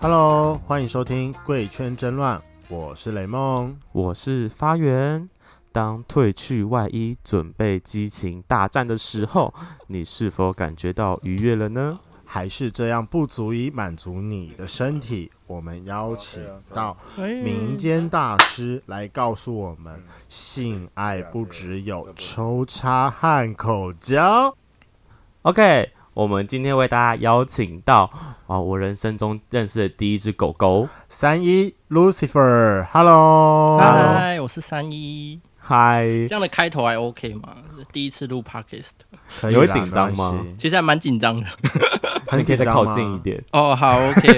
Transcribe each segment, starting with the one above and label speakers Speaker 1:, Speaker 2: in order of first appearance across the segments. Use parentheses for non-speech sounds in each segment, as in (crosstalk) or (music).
Speaker 1: Hello，欢迎收听《贵圈争乱》，我是雷梦。
Speaker 2: 我是发源。当褪去外衣，准备激情大战的时候，你是否感觉到愉悦了呢？
Speaker 1: 还是这样不足以满足你的身体，我们邀请到民间大师来告诉我们，性爱不只有抽插和口交。
Speaker 2: OK，我们今天为大家邀请到啊，我人生中认识的第一只狗狗。
Speaker 1: 三一
Speaker 3: 哎
Speaker 1: Lucifer，Hello，
Speaker 3: 嗨，我是三一。
Speaker 2: (laughs) 嗨，
Speaker 3: 这样的开头还 OK 吗？第一次录 Podcast，
Speaker 1: 可以啦
Speaker 2: 有紧张？吗
Speaker 1: 没关系
Speaker 3: 其实还蛮紧张的。
Speaker 1: 很
Speaker 2: 你可以
Speaker 1: 紧
Speaker 2: 再
Speaker 1: 张吗
Speaker 2: 靠近一。点。
Speaker 3: 哦，好 OK。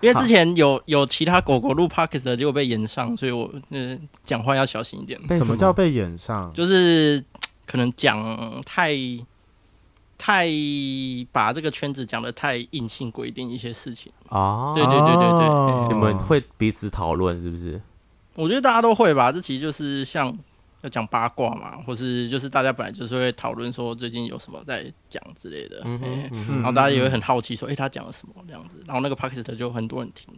Speaker 3: 因为之前有有其他狗狗录 Podcast 的，结果被延上，所以我嗯、讲话要小心一点，
Speaker 2: 被
Speaker 1: 什
Speaker 2: 什
Speaker 1: 么
Speaker 2: 么
Speaker 1: 叫被演上？
Speaker 3: 就是可能讲太太把这个圈子讲的太硬性规定一些事情。
Speaker 2: 啊？
Speaker 3: 对对对对对
Speaker 1: 哦
Speaker 2: 你们会彼此讨论是不是？
Speaker 3: 我觉得大家都会吧，这其实就是像要讲八卦嘛，或是就是大家本来就是会讨论说最近有什么在讲之类的。
Speaker 2: 嗯哼
Speaker 3: 嘿
Speaker 2: 嗯
Speaker 1: 嗯
Speaker 2: 哼，
Speaker 3: 然后大家也会很好奇说，哎、他讲了什么这样子，然后那个 p o d c a s t 就很多人听，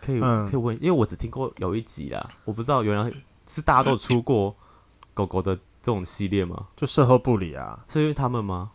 Speaker 2: 可以
Speaker 1: 嗯
Speaker 2: 可以问，因为我只听过有一集啦，我不知道原来是大家都有出过狗狗的这种系列吗？
Speaker 1: 就售后不理啊。
Speaker 2: 是因为他们吗？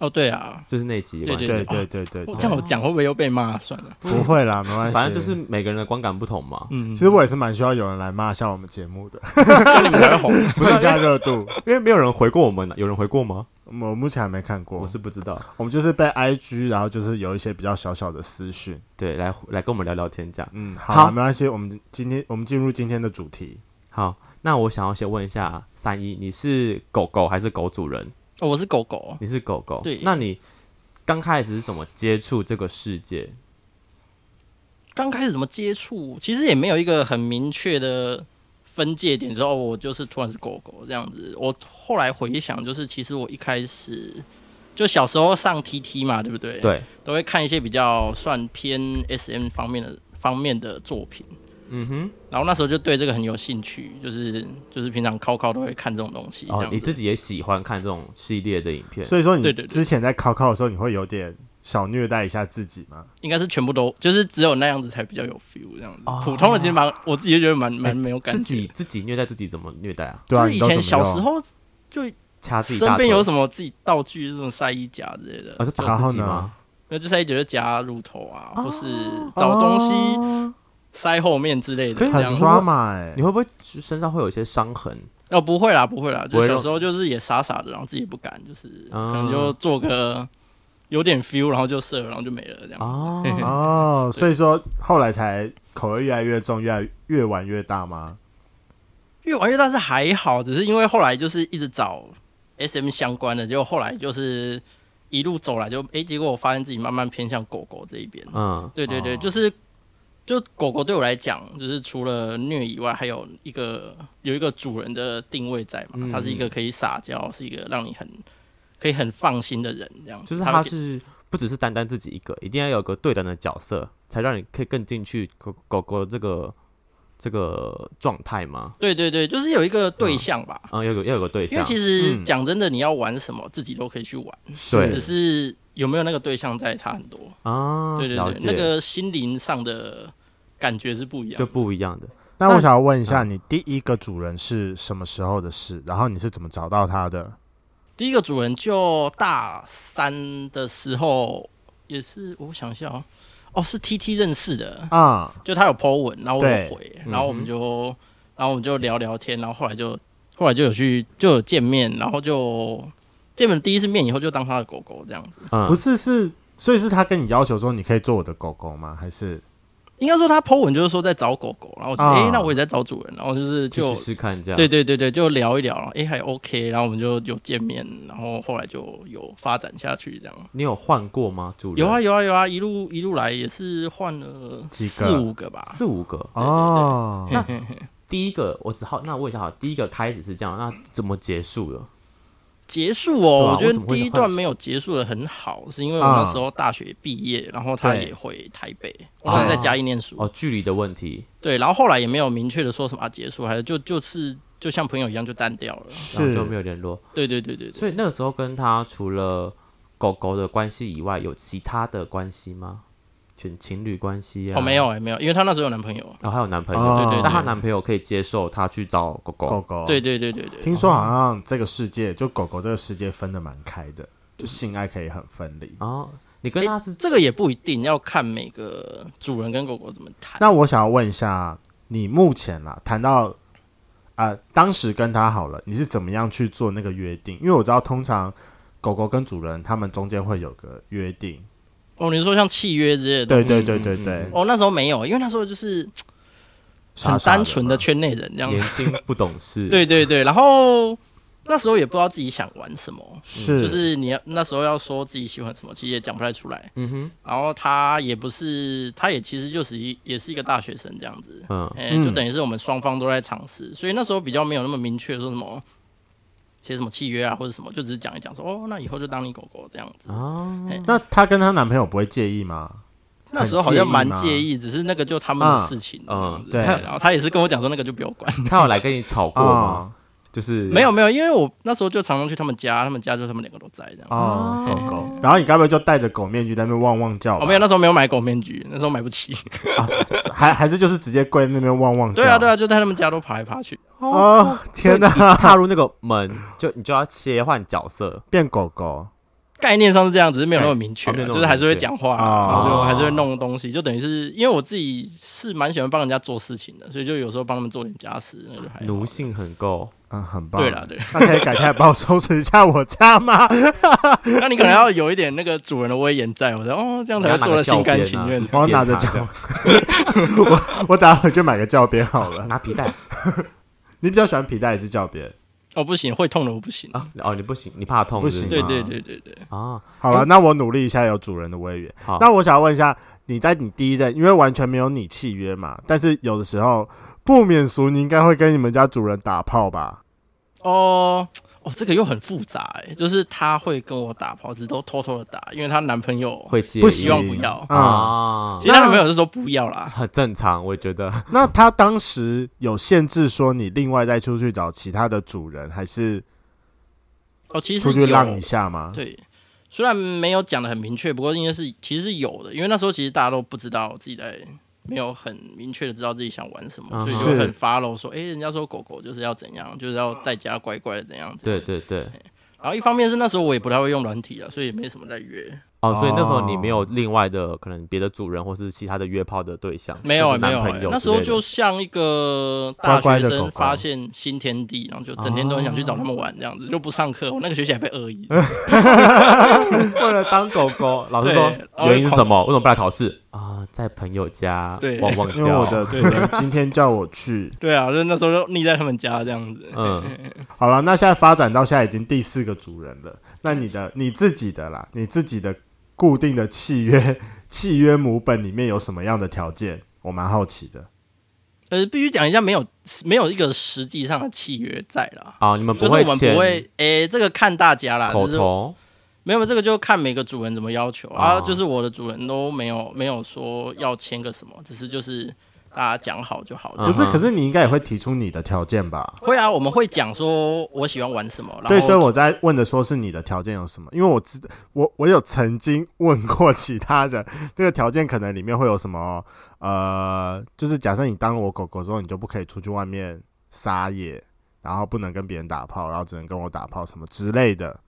Speaker 3: 哦，对啊，
Speaker 2: 就是那集的关系
Speaker 3: 对
Speaker 1: 对对对对
Speaker 3: 我
Speaker 1: 对，
Speaker 3: 这样我讲会不会又被骂？算了，
Speaker 1: 不会啦，没关系。
Speaker 2: 反正就是每个人的观感不同嘛。
Speaker 3: 嗯，
Speaker 1: 其实我也是蛮需要有人来骂一下我们节目
Speaker 3: (laughs)
Speaker 1: 的，
Speaker 3: 就你们才会红，
Speaker 1: 蹭一下热度。
Speaker 2: 因为没有人回过我们，啊有人回过吗？
Speaker 1: 我目前还没看过，
Speaker 2: 我是不知道。
Speaker 1: 我们就是被 IG，然后就是有一些比较小小的私讯。
Speaker 2: 对，来来跟我们聊聊天这样。
Speaker 1: 嗯，好啦，
Speaker 2: 好
Speaker 1: 没关系。我们今天我们进入今天的主题。
Speaker 2: 好，那我想要先问一下三一，你是狗狗还是狗主人？
Speaker 3: (laughs) 哦我是狗狗，
Speaker 2: 你是狗狗，
Speaker 3: 对
Speaker 2: 那你刚开始是怎么接触这个世界？
Speaker 3: 刚开始怎么接触，其实也没有一个很明确的分界点，说哦，我就是突然是狗狗这样子。我后来回想，就是其实我一开始就小时候上 TT 嘛，对不对？，
Speaker 2: 对，
Speaker 3: 都会看一些比较算偏 SM 方面的方面的作品。
Speaker 2: 嗯哼，
Speaker 3: 然后那时候就对这个很有兴趣，就是就是平常考考都会看这种东西。这
Speaker 2: 哦，
Speaker 3: 样
Speaker 2: 你
Speaker 3: 子
Speaker 2: 自己也喜欢看这种系列的影片，
Speaker 1: 所以说，你
Speaker 3: 对对对
Speaker 1: 之前在考考的时候，你会有点小虐待一下自己吗？
Speaker 3: 应该是全部都，就是只有那样子才比较有 feel 这样子。
Speaker 2: 哦
Speaker 3: 普通的其实蛮，我自己就觉得蛮蛮
Speaker 2: 哎
Speaker 3: 没有感
Speaker 2: 自
Speaker 3: 觉。
Speaker 2: 己自己虐待自己怎么虐待啊？
Speaker 1: 对啊，
Speaker 3: 就是以前
Speaker 1: 你都
Speaker 3: 小
Speaker 1: 怎么用
Speaker 3: 时，候就
Speaker 2: 掐自己
Speaker 3: 身
Speaker 2: 大
Speaker 3: 边
Speaker 2: 腿？
Speaker 3: 有什么自己道具，这种晒衣夹之类的，
Speaker 2: 啊，就
Speaker 3: 就
Speaker 2: 打自己
Speaker 1: 然后呢
Speaker 2: 吗？
Speaker 3: 那就晒衣夹就夹乳头啊，
Speaker 2: 哦
Speaker 3: 或是找东西
Speaker 1: 哦
Speaker 3: 塞后面之类的
Speaker 2: 可以
Speaker 3: 这样
Speaker 1: 很
Speaker 3: 子。
Speaker 1: 抓马哎
Speaker 3: (laughs)
Speaker 2: 你。会不会身上会有一些伤痕？
Speaker 3: 哦，不会啦，不会啦，
Speaker 2: 不
Speaker 3: 就
Speaker 2: 会
Speaker 3: 小
Speaker 2: 让
Speaker 3: 时候就是也傻傻的，然后自己也不敢，就是
Speaker 2: 啊
Speaker 3: 可能就做个有点 feel，然后就射了，然后就没了这样。
Speaker 2: 哦，
Speaker 1: 哦，所以说后来才口味越来越重，越来越玩越大吗？
Speaker 3: 越玩越大是还好，只是因为后来就是一直找 SM 相关的，结果后来就是一路走来就诶，结果我发现自己慢慢偏向狗狗这一边。
Speaker 2: 嗯，
Speaker 3: 对对对，
Speaker 1: 哦
Speaker 3: 就是就狗狗对我来讲，就是除了虐以外，还有一个有一个主人的定位在嘛，
Speaker 2: 嗯
Speaker 3: 它是一个可以撒娇，是一个让你很可以很放心的人，这样
Speaker 2: 就是
Speaker 3: 它
Speaker 2: 他
Speaker 3: 会给
Speaker 2: 是不只是单单自己一个，一定要有个对等的角色，才让你可以更进去狗狗狗这个这个状态吗？
Speaker 3: 对对对，就是有一个对象吧。
Speaker 2: 啊、要有要有个对
Speaker 3: 因为
Speaker 2: 象，
Speaker 3: 其
Speaker 1: 嗯
Speaker 3: 实讲真的，你要玩什么，自己都可以去玩，只
Speaker 2: 对
Speaker 3: 是有没有那个对象在差很多。
Speaker 2: 啊，
Speaker 3: 对对
Speaker 2: 了
Speaker 3: 对，
Speaker 2: 解
Speaker 3: 那个心灵上的感觉是不一样
Speaker 2: 就
Speaker 3: 的。
Speaker 2: 不一样的。
Speaker 1: 那
Speaker 2: 那
Speaker 1: 我想要问一
Speaker 3: 嗯
Speaker 1: 下，你第一个主人是什么时候的事？然后你是怎么找到他的？
Speaker 3: 第一个主人就大三的时候，也是我想一下哦，哦是 T T 认识的，
Speaker 1: 啊，
Speaker 3: 就他有 po 文，然后我
Speaker 1: 对
Speaker 3: 有回，然后我
Speaker 2: 嗯
Speaker 3: 们
Speaker 2: 哼
Speaker 3: 就、然后我们就聊聊天，然后后来就后来就有去就有见面，然后就见面第一次面以后就当他的狗狗这样子。
Speaker 2: 嗯，
Speaker 1: 不是是，所以是他跟你要求说你可以做我的狗狗吗？还是
Speaker 3: 应该说他 po 文就是说在找狗狗，然后我就
Speaker 1: 啊
Speaker 3: 哎、诶那我也在找主人，然后就是
Speaker 2: 去
Speaker 3: 就
Speaker 2: 试试看这样。
Speaker 3: 对对对对，就聊一聊，然后哎、还 OK，然后我们就有见面，然后后来就有发展下去这样。
Speaker 2: 你有换过吗？主人
Speaker 3: 有啊有啊有啊，一路一路来也是换了
Speaker 1: 几个
Speaker 3: 四五个吧。
Speaker 2: 四五个。
Speaker 1: 哦，
Speaker 2: 那第一个我只好那我问一下好，第一个开始是这样，那怎么结束的？
Speaker 3: 结束
Speaker 2: 对
Speaker 3: 哦，
Speaker 2: 啊
Speaker 3: 我觉
Speaker 2: 为
Speaker 3: 得
Speaker 2: 什么会
Speaker 3: 第一
Speaker 2: 换
Speaker 3: 段
Speaker 2: 四
Speaker 3: 没有结束的很好，是因为我那时候大学毕业，然后他
Speaker 1: 对
Speaker 3: 也回台北，我当时在嘉义念书。
Speaker 2: 哦，距离的问题，
Speaker 3: 对，然后后来也没有明确的说什么啊结束，还是就就是就像朋友一样就淡掉了。
Speaker 2: 然后
Speaker 1: 是
Speaker 2: 就没有联络。
Speaker 3: 对对对对对，
Speaker 2: 所以那个时候跟他除了狗狗的关系以外，有其他的关系吗？情情侣关系啊？
Speaker 3: 哦，没有哎、没有，因为她那时候有男朋友。
Speaker 2: 哦，还有男朋友，
Speaker 1: 哦
Speaker 3: 对对对
Speaker 2: 但她男朋友可以接受她去找狗狗。
Speaker 1: 狗狗，
Speaker 3: 对，对对对对，
Speaker 1: 听说好像这个世界就狗狗这个世界分的蛮开的，就性爱可以很分离。
Speaker 2: 哦，你跟她是、
Speaker 3: 这个也不一定要看每个主人跟狗狗怎么谈。
Speaker 1: 那我想要问一下，你目前啦谈到啊、呃当时跟他好了，你是怎么样去做那个约定？因为我知道通常狗狗跟主人他们中间会有个约定，
Speaker 3: 哦，你说像契约之类的东
Speaker 1: 对
Speaker 3: 西，
Speaker 1: 对对对对
Speaker 2: 嗯，
Speaker 3: 哦，那时候没有，因为那时候就是
Speaker 1: 傻
Speaker 3: 哦很
Speaker 1: 傻
Speaker 3: 单纯的
Speaker 1: 嘛
Speaker 3: 圈内人这样
Speaker 2: 年轻不懂事，
Speaker 3: 对对对，然后那时候也不知道自己想玩什么，
Speaker 1: 是
Speaker 3: 就是你要那时候要说自己喜欢什么，其实也讲不太出来。
Speaker 2: 嗯哼，
Speaker 3: 然后他也不是，他也其实就是一也是一个大学生这样子，
Speaker 2: 嗯
Speaker 3: 哎、
Speaker 1: 嗯
Speaker 3: 就等于是我们双方都在尝试，所以那时候比较没有那么明确说什么写什么契约啊或者什么，就只是讲一讲说哦，那以后就当你狗狗这样子。
Speaker 2: 啊，
Speaker 3: 哎
Speaker 1: 那她跟她男朋友不会介意吗？
Speaker 3: 那时候好像蛮
Speaker 1: 很
Speaker 3: 介
Speaker 1: 介
Speaker 3: 意，只是那个就他们的事情。
Speaker 2: 嗯
Speaker 3: 嗯，
Speaker 1: 对
Speaker 3: 对。然后他也是跟我讲说那个就不要管。
Speaker 2: 她有来跟你吵过吗？
Speaker 1: 啊
Speaker 2: 就是
Speaker 3: 没有没有，因为我那时候就常常去他们家，他们家就他们两个都在这样。
Speaker 1: 哦，狗狗。然后你该不会就戴着狗面具在那边汪汪叫吧？
Speaker 3: 哦，没有，那时候没有买狗面具，那时候买不起。
Speaker 1: 还还是就是直接跪在那边汪汪叫？
Speaker 3: 对啊，对啊，就在他们家都爬来爬去。
Speaker 1: 哦，天
Speaker 2: 哪！
Speaker 1: 哪，
Speaker 2: 所以一踏入那个门，就你就要切换角色，
Speaker 1: 变狗狗
Speaker 3: 概念上是这样，只是没有那么明
Speaker 2: 哎
Speaker 3: 确
Speaker 2: 哦
Speaker 3: 啊，
Speaker 2: 没有那么
Speaker 3: 就是还是会讲话，啊
Speaker 1: 明确哦
Speaker 3: 然后就还是会弄东西，就等于是因为我自己是蛮喜欢帮人家做事情的，所以就有时候帮他们做点家事，那就还好
Speaker 2: 奴。性很够。
Speaker 1: 嗯，很棒。
Speaker 3: 对啦，，对，
Speaker 1: 那可以改天来帮我收拾一下我家吗？ (laughs)
Speaker 3: 那你可能要有一点那个主人的威严在，我说哦，这样才会做的心
Speaker 2: 啊
Speaker 3: 甘情愿。
Speaker 1: 我要拿着教，我我等下回去买个教鞭好了。 (laughs)
Speaker 2: 拿皮带
Speaker 1: 你比较喜欢皮带还是教鞭？
Speaker 3: 哦，不行，会痛的我不行。
Speaker 2: 啊！哦，你不行，你怕痛
Speaker 1: 不
Speaker 2: 是
Speaker 1: 行
Speaker 2: 吗
Speaker 3: 对对对对对，
Speaker 2: 啊！
Speaker 1: 好了，那我努力一下有主人的威严。
Speaker 2: 好，
Speaker 1: 那我想问一下，你在你第一任，因为完全没有你契约嘛，但是有的时候不免俗，你应该会跟你们家主人打炮吧？
Speaker 3: 哦哦，这个又很复杂哎，就是她会跟我打炮，只是都偷偷的打，因为她男朋友
Speaker 2: 会介意
Speaker 1: 不
Speaker 3: 希
Speaker 1: 行
Speaker 3: 望不要。
Speaker 1: 啊、
Speaker 2: 啊
Speaker 3: 其，实她男朋友是说不要啦，
Speaker 2: 很正常，我也觉
Speaker 3: (laughs)
Speaker 2: 得。
Speaker 1: 那他当时有限制说你另外再出去找其他的主人，还是
Speaker 3: 哦，其实
Speaker 1: 出去
Speaker 3: 有
Speaker 1: 浪一下吗？
Speaker 3: 对，虽然没有讲的很明确，不过应该是其实是有的，因为那时候其实大家都不知道自己在没有很明确的知道自己想玩什么，
Speaker 2: 嗯
Speaker 3: 所以就会
Speaker 1: 是
Speaker 3: 很 follow 说，哎、人家说狗狗就是要怎样，就是要在家乖乖的怎样。
Speaker 2: 对对对，
Speaker 3: 然后一方面是那时候我也不太会用软体了，啊所以也没什么在约。
Speaker 2: 哦，所以那时候你没有另外的可能别的主人或是其他的约炮的对象，
Speaker 3: 没有、
Speaker 2: 或
Speaker 3: 欸、
Speaker 2: 是
Speaker 3: 没
Speaker 2: 男
Speaker 3: 有、
Speaker 2: 朋
Speaker 3: 欸
Speaker 2: 友，
Speaker 3: 那时候就
Speaker 2: 之
Speaker 3: 像一个大
Speaker 1: 乖
Speaker 3: 学
Speaker 1: 乖的狗
Speaker 3: 生
Speaker 1: 狗
Speaker 3: 发现新天地，然后就整天都很想去找他们玩，这样子就不上
Speaker 2: 哦
Speaker 3: 课。我那个学期还被恶意，
Speaker 2: 类 (laughs) 的为了当狗狗，老师
Speaker 3: 对
Speaker 2: 说
Speaker 3: 然后
Speaker 2: 原因是
Speaker 3: 狂
Speaker 2: 什么？为什么不来考试啊？在朋友家
Speaker 3: 对
Speaker 2: 汪汪
Speaker 1: 因为我
Speaker 2: 叫，
Speaker 1: 的主人今天叫我去。
Speaker 3: 对啊，就是那时候就腻在他们家这样子。
Speaker 2: (laughs)
Speaker 3: (laughs)
Speaker 2: 嗯，
Speaker 1: 好了，那现在发展到现在已经第四个主人了。那你的你自己的啦，你自己的固定的契约 (laughs) 契约母本里面有什么样的条件？我蛮好奇的。
Speaker 3: 呃，必须讲一下，没有没有一个实际上的契约在啦，
Speaker 2: 啊，你们
Speaker 3: 就
Speaker 2: 不
Speaker 3: 是我
Speaker 2: 会
Speaker 3: 们
Speaker 2: 签
Speaker 3: 不会，诶、这个看大家啦，
Speaker 2: 口
Speaker 3: 就是
Speaker 2: 头
Speaker 3: 没有这个就看每个主人怎么要求、
Speaker 2: 哦
Speaker 3: 啊，就是我的主人都没有没有说要签个什么，只是就是大家讲好就好
Speaker 2: 嗯
Speaker 3: 了。
Speaker 1: 不是，
Speaker 2: 哼
Speaker 1: 可是你应该也会提出你的条件吧？
Speaker 3: 会啊，我们会讲说我喜欢玩什么，然后
Speaker 1: 对，所以我在问的说是你的条件有什么？因为我知我我有曾经问过其他人，那个条件可能里面会有什么？呃，就是假设你当了我狗狗之后，你就不可以出去外面撒野，然后不能跟别人打炮，然后只能跟我打炮什么之类的。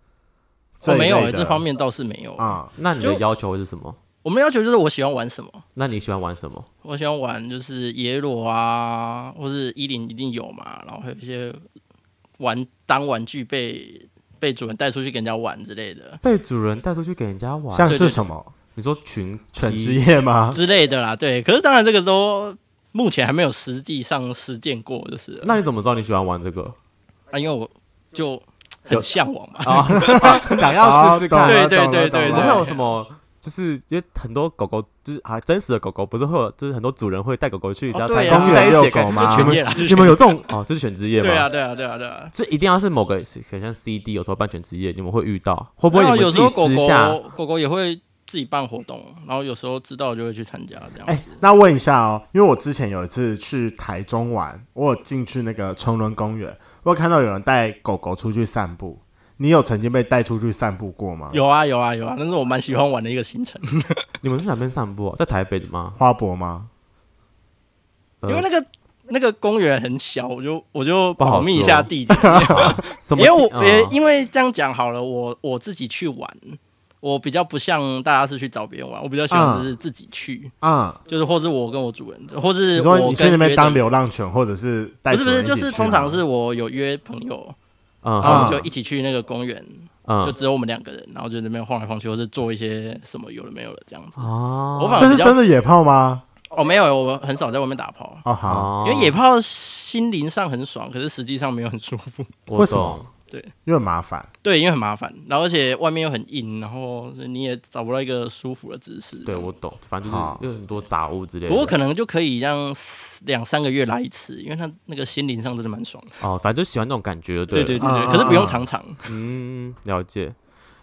Speaker 3: 我哦没有、
Speaker 1: 一类
Speaker 3: 欸、
Speaker 1: 的
Speaker 3: 这方面倒是没有。
Speaker 1: 啊、
Speaker 2: 那你的
Speaker 3: 就
Speaker 2: 要求会是什么？
Speaker 3: 我们要求就是我喜欢玩什么，
Speaker 2: 那你喜欢玩什么？
Speaker 3: 我喜欢玩就是野裸啊，或是衣领一定有嘛，然后还有一些玩当玩具被被主人带出去给人家玩之类的。
Speaker 2: 被主人带出去给人家玩，
Speaker 1: 像
Speaker 3: 对
Speaker 1: 是
Speaker 3: 对
Speaker 1: 什么
Speaker 2: 你说群
Speaker 1: 犬之
Speaker 2: 踢
Speaker 1: 夜吗？
Speaker 3: 之类的啦，对。可是当然这个都目前还没有实际上实践过，就是了
Speaker 2: 那你怎么知道你喜欢玩这
Speaker 3: (laughs)
Speaker 2: 个？
Speaker 3: 啊，因为我就很向往嘛。
Speaker 2: 啊， (laughs) 想要试试看。
Speaker 1: 哦懂了
Speaker 3: 对
Speaker 1: 懂了懂
Speaker 3: 对对
Speaker 1: 了
Speaker 3: 对
Speaker 2: 你
Speaker 3: 对
Speaker 2: 们会
Speaker 3: 对
Speaker 2: 有什么？就是因为很多狗狗，就是啊，真实的狗狗不是会有，就是很多主人会带狗狗去，
Speaker 3: 哦
Speaker 2: 然后
Speaker 3: 对
Speaker 2: 才
Speaker 3: 啊
Speaker 2: 在一
Speaker 1: 公园
Speaker 2: 起
Speaker 1: 遛狗吗
Speaker 2: 你们
Speaker 3: 犬
Speaker 2: (laughs)
Speaker 3: 夜啦就
Speaker 2: 你们有这种哦，就是犬之夜吗？
Speaker 3: 对啊，，对啊，对啊，对啊。
Speaker 2: 这一定要是某个很像 CD，有时候办犬之夜，你们会遇到，会不会
Speaker 3: 然
Speaker 2: 你
Speaker 3: 后
Speaker 2: 们
Speaker 3: 啊有
Speaker 2: 自
Speaker 3: 时候
Speaker 2: 己
Speaker 3: 狗
Speaker 2: 私下
Speaker 3: 狗狗狗也会自己办活动，然后有时候知道就会去参加这
Speaker 1: 哎、
Speaker 3: 样子。
Speaker 1: 那问一下哦，因为我之前有一次去台中玩，我有进去那个崇伦公园，我有看到有人带狗狗出去散步，你有曾经被带出去散步过吗？
Speaker 3: 有啊有啊有啊，那是我蛮喜欢玩的一个行程，
Speaker 1: 嗯
Speaker 2: 你们去哪边散步、啊？在台北的吗？呃
Speaker 1: 花博吗？
Speaker 3: 因为那个那个公园很小，我就我就
Speaker 2: 不好
Speaker 3: 保密一
Speaker 2: 说
Speaker 1: (laughs)
Speaker 3: 下地点，
Speaker 2: 什么
Speaker 3: 因
Speaker 2: 地？
Speaker 3: 为我也、
Speaker 2: 嗯
Speaker 3: 因为这样讲好了，我我自己去玩，我比较不像大家是去找别人玩，我比较喜欢
Speaker 1: 嗯
Speaker 3: 就是自己去，
Speaker 1: 啊、
Speaker 3: 就是或是我跟我主人，或
Speaker 1: 你
Speaker 3: 是
Speaker 1: 说
Speaker 3: 我
Speaker 1: 你去那
Speaker 3: 跟
Speaker 1: 边
Speaker 3: 约
Speaker 1: 当
Speaker 3: 等，
Speaker 1: 流浪犬，或者是带
Speaker 3: 不是不
Speaker 1: 主
Speaker 3: 是，
Speaker 1: 人
Speaker 3: 就
Speaker 1: 一起
Speaker 3: 是
Speaker 1: 去
Speaker 3: 通
Speaker 1: 吗
Speaker 3: 常是我有约朋友，
Speaker 2: 嗯
Speaker 3: 然后我
Speaker 2: 好
Speaker 1: 啊
Speaker 3: 们就一起去那个公园，就
Speaker 2: 嗯
Speaker 3: 只有我们两个人，然后就在那边晃来晃去，或是做一些什么有的没有的这样子。
Speaker 2: 啊
Speaker 3: 我反
Speaker 1: 哦这
Speaker 3: 而
Speaker 1: 是
Speaker 3: 比较
Speaker 1: 真的野炮吗？
Speaker 3: 哦，没有，我很少在外面打炮，
Speaker 1: 哦，好，
Speaker 2: 哦
Speaker 3: 因为野炮心灵上很爽，可是实际上没有很
Speaker 2: (laughs)
Speaker 3: 舒服。
Speaker 2: 哦我
Speaker 1: 为什
Speaker 2: 懂
Speaker 1: 么？
Speaker 3: 对，
Speaker 1: 因为很麻烦。
Speaker 3: 对，因为很麻烦，然后而且外面又很硬，然后你也找不到一个舒服的姿势。
Speaker 2: 对我懂，反正就是
Speaker 1: 好
Speaker 2: 有很多杂物之类的。
Speaker 3: 不过可能就可以让四两三个月来一次，因为他那个心灵上真的蛮爽的。
Speaker 2: 哦，反正就喜欢那种感觉，
Speaker 3: 对
Speaker 2: 对
Speaker 3: 对
Speaker 2: 了
Speaker 3: 对对，
Speaker 1: 啊
Speaker 3: 可是不用常常。 (laughs)
Speaker 2: 嗯，了解。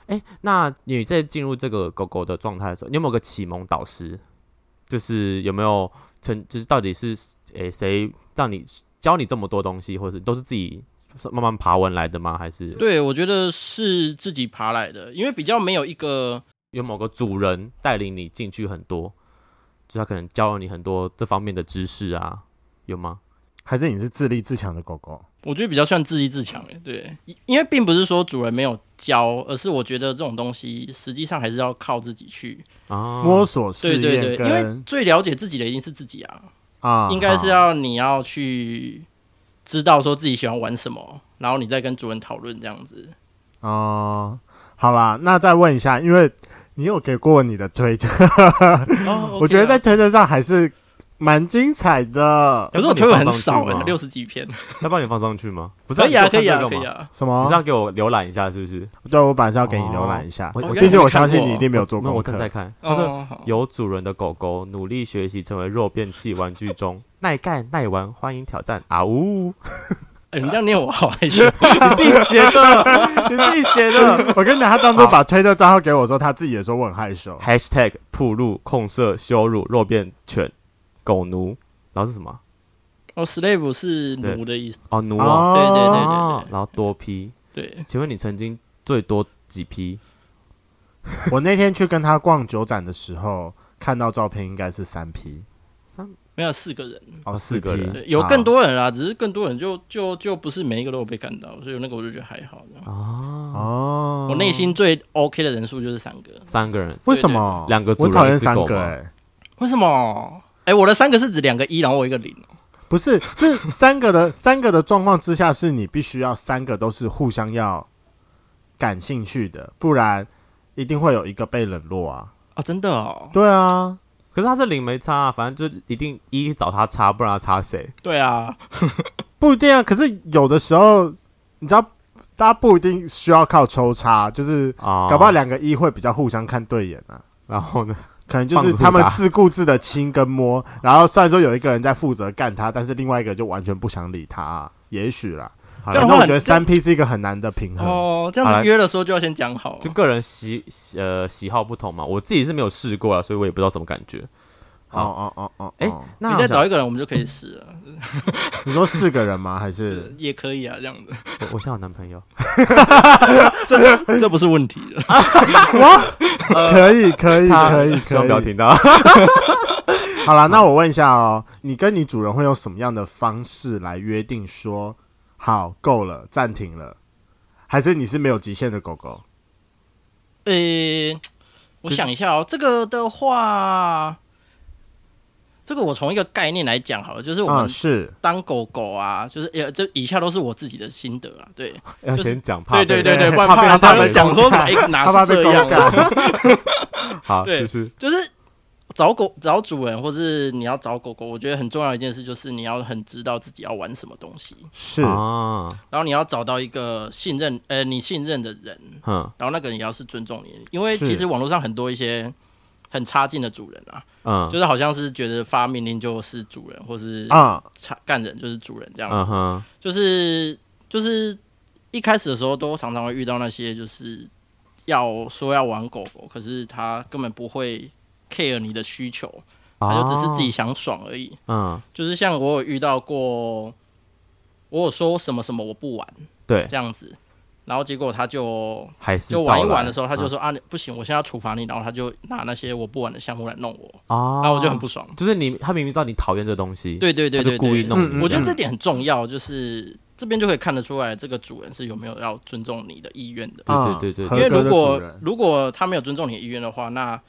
Speaker 2: 哎，那你在进入这个狗狗的状态的时候，你有没有个启蒙导师？就是有没有曾，就是到底是诶谁让你教你这么多东西，或是都是自己慢慢爬文来的吗？还是
Speaker 3: 对，我觉得是自己爬来的，因为比较没有一个
Speaker 2: 有某个主人带领你进去很多，就他可能教了你很多这方面的知识啊，有吗？
Speaker 1: 还是你是自立自强的狗狗？
Speaker 3: 我觉得比较算自立自强诶，对，因因为并不是说主人没有教，而是我觉得这种东西实际上还是要靠自己去。
Speaker 2: 啊，
Speaker 1: 摸索试
Speaker 3: 对对对，
Speaker 1: 验
Speaker 3: 因为
Speaker 1: 跟
Speaker 3: 最了解自己的一定是自己啊，
Speaker 1: 啊，
Speaker 3: 应该
Speaker 1: 好
Speaker 3: 是要你要去知道说自己喜欢玩什么，然后你再跟主人讨论这样子。
Speaker 1: 哦、好啦，那再问一下，因为你有给过你的推特，
Speaker 3: 哦
Speaker 1: 我觉得在。推特上还是蛮精彩的。
Speaker 3: 可是我推文很
Speaker 2: 要
Speaker 3: 少
Speaker 2: 帮你放上去
Speaker 3: 哎
Speaker 2: 吗，
Speaker 3: 六十几篇，
Speaker 2: 要帮你放上去吗？不是
Speaker 3: 可以啊，可以啊，
Speaker 2: 你给我看这
Speaker 3: 可
Speaker 2: 个
Speaker 3: 以
Speaker 2: 吗
Speaker 3: 啊。
Speaker 1: 什
Speaker 2: 你
Speaker 1: 么
Speaker 2: 这？样给我浏览一下是不是？
Speaker 1: 对，我本来是要给你浏览一下，
Speaker 2: 我
Speaker 3: 啊我
Speaker 2: 我
Speaker 3: 觉得
Speaker 1: 毕
Speaker 2: 先
Speaker 1: 竟
Speaker 3: 你
Speaker 1: 我
Speaker 3: 没看
Speaker 1: 相信
Speaker 3: 过
Speaker 1: 你一定没有做
Speaker 2: 那我
Speaker 1: 功
Speaker 2: 正在
Speaker 1: 课。
Speaker 2: 看，他说
Speaker 3: 哦，好
Speaker 2: 有主人的狗狗努力学习成为肉便器玩具中 (laughs) 耐干耐玩，欢迎挑战啊 (laughs) 呜！
Speaker 3: 哎
Speaker 1: 啊
Speaker 3: 你这样念我好
Speaker 1: (laughs)
Speaker 3: 害羞。
Speaker 1: 你自己写的，你自己写的。我跟你讲，他当初把推特账号给我的时候，他自己也说我很害羞。
Speaker 2: (laughs) #hashtag 铺路控色羞辱肉便犬狗奴，然后是什么？
Speaker 3: 哦，slave 是奴的意思，
Speaker 2: 哦奴哦，
Speaker 1: 哦，
Speaker 3: 对对对
Speaker 2: 哦然后多批。
Speaker 3: 对，
Speaker 2: 请问你曾经最多几批？
Speaker 1: 我那天去跟他逛酒展的时候，看到照片应该是三 P
Speaker 2: 三
Speaker 3: 没有四个人，
Speaker 1: 哦，
Speaker 2: 四
Speaker 1: 四
Speaker 2: 个
Speaker 1: P，
Speaker 2: 人
Speaker 3: 对，有更多人啊，只是更多人就就就不是每一个都有被看到，所以那个我就觉得还好这样。
Speaker 2: 啊，
Speaker 1: 哦。
Speaker 3: 我内心最 OK 的人数就是三个，
Speaker 2: 三个人，
Speaker 1: 为什么
Speaker 2: 两个主
Speaker 1: 我
Speaker 2: 人
Speaker 1: 讨
Speaker 2: 一
Speaker 1: 厌
Speaker 2: 只
Speaker 1: 三
Speaker 2: 狗
Speaker 1: 个
Speaker 2: 吗
Speaker 1: 哎、欸
Speaker 3: 为什么？哎，我的三个是指两个一，然后我一个零哦。
Speaker 1: 不是，是三个的三个的状况之下，是你必须要三个都是互相要感兴趣的，不然一定会有一个被冷落啊。
Speaker 3: 啊，真的哦，
Speaker 1: 对啊，
Speaker 2: 可是他是零没差、啊，反正就一定一找他插，不然他插谁？
Speaker 3: 对啊，
Speaker 1: 不一定啊。可是有的时候，你知道，大家不一定需要靠抽插，就是
Speaker 2: (laughs)
Speaker 3: 哦
Speaker 2: 啊，
Speaker 1: 搞不好两个一会比较互相看对眼啊。
Speaker 2: 然后呢？
Speaker 1: 可能就是
Speaker 2: 放
Speaker 1: 他
Speaker 2: 纵
Speaker 1: 们
Speaker 2: 他
Speaker 1: 自顾自的亲跟摸，然后虽然说有一个人在负责干他，但是另外一个就完全不想理他啊、也许啦。
Speaker 2: 好
Speaker 3: 这
Speaker 1: 反正
Speaker 2: 了
Speaker 3: 样的话
Speaker 1: 我
Speaker 3: 很
Speaker 1: 觉得
Speaker 3: 这样
Speaker 1: 三 P 是一个很难的平衡。
Speaker 3: 哦，这样
Speaker 2: 好来
Speaker 3: 子约的时候就要先讲好
Speaker 2: 就。个人喜喜呃喜好不同嘛，我自己是没有试过啊，所以我也不知道什么感觉。
Speaker 1: 哦哦哦哦，
Speaker 2: 哎
Speaker 1: 哦
Speaker 2: 那
Speaker 3: 你再找一个人，我们就可以试了，
Speaker 1: 你说四个人吗？还是
Speaker 3: 也可以啊，这样子， (laughs)
Speaker 2: 我我现在有男朋友，
Speaker 3: 这这不是问题了。
Speaker 1: (laughs) 可以可以
Speaker 2: 呃他
Speaker 1: 可
Speaker 2: (laughs)
Speaker 1: 以
Speaker 2: 希望不要
Speaker 1: 可以？
Speaker 2: 听到。
Speaker 1: 好啦，那我问一下哦，你跟你主人会用什么样的方式来约定说好够了，暂停了？还是你是没有极限的狗狗？
Speaker 3: 呃、我想一下哦，这个的话，这个我从一个概念来讲好了，就是我
Speaker 1: 啊，
Speaker 3: 们
Speaker 1: 是
Speaker 3: 当狗狗啊，就是呃，这以下都是我自己的心得啦，对，
Speaker 2: 要
Speaker 3: 就是
Speaker 2: 先讲怕
Speaker 3: 对
Speaker 2: 被，
Speaker 3: 对
Speaker 1: 对
Speaker 3: 对，
Speaker 1: 对
Speaker 3: 不然
Speaker 1: 怕被
Speaker 3: 怕
Speaker 1: 他
Speaker 3: 他
Speaker 1: 被
Speaker 3: 们讲说什么，哎、
Speaker 1: 他
Speaker 3: 哪
Speaker 1: 怕
Speaker 3: 是
Speaker 1: 被
Speaker 3: 这
Speaker 1: 狗
Speaker 3: 样啊？
Speaker 2: (laughs)
Speaker 1: 干。
Speaker 2: 好，
Speaker 3: 对
Speaker 2: 就是
Speaker 3: (laughs) 就是找狗找主人，或是你要找狗狗，我觉得很重要一件事就是你要很知道自己要玩什么东西，
Speaker 1: 是
Speaker 2: 啊，
Speaker 3: 然后你要找到一个信任，呃，你信任的人，
Speaker 2: 哼，
Speaker 3: 然后那个人也要是尊重你，因为
Speaker 1: 是
Speaker 3: 其实网络上很多一些很差劲的主人啊，
Speaker 2: 嗯，
Speaker 3: 就是好像是觉得发命令就是主人，或是
Speaker 1: 啊，
Speaker 3: 差干人就是主人这样
Speaker 2: 嗯
Speaker 3: 子，
Speaker 2: 哼，
Speaker 3: 就是就是一开始的时候都常常会遇到那些就是要说要玩狗狗，可是他根本不会 care 你的需求，
Speaker 1: 啊
Speaker 3: 他就只是自己想爽而已。
Speaker 2: 啊，嗯，
Speaker 3: 就是像我有遇到过，我有说什么什么我不玩
Speaker 2: 对，
Speaker 3: 这样子，然后结果他就
Speaker 2: 还是嗯
Speaker 3: 就玩一玩的时
Speaker 2: 候
Speaker 3: 候，他就说啊，你不行，我现在要处罚你，然后他就拿那些我不玩的项目来弄我，
Speaker 2: 啊，
Speaker 3: 然后我就很不爽。
Speaker 2: 就是你他明明知道你讨厌这东西，
Speaker 3: 对对对
Speaker 2: 他
Speaker 3: 对
Speaker 2: 就
Speaker 3: 对，
Speaker 2: 故意弄
Speaker 1: 嗯嗯
Speaker 2: 你，
Speaker 3: 我觉得这点很重要，就是这边就可以看得出来，这个主人是有没有要尊重你的意愿的。
Speaker 1: 啊
Speaker 2: 对对对
Speaker 1: 合
Speaker 3: 因为
Speaker 1: 格
Speaker 3: 如
Speaker 1: 的主
Speaker 3: 果
Speaker 1: 人
Speaker 3: 如果他没有尊重你的意愿的话，那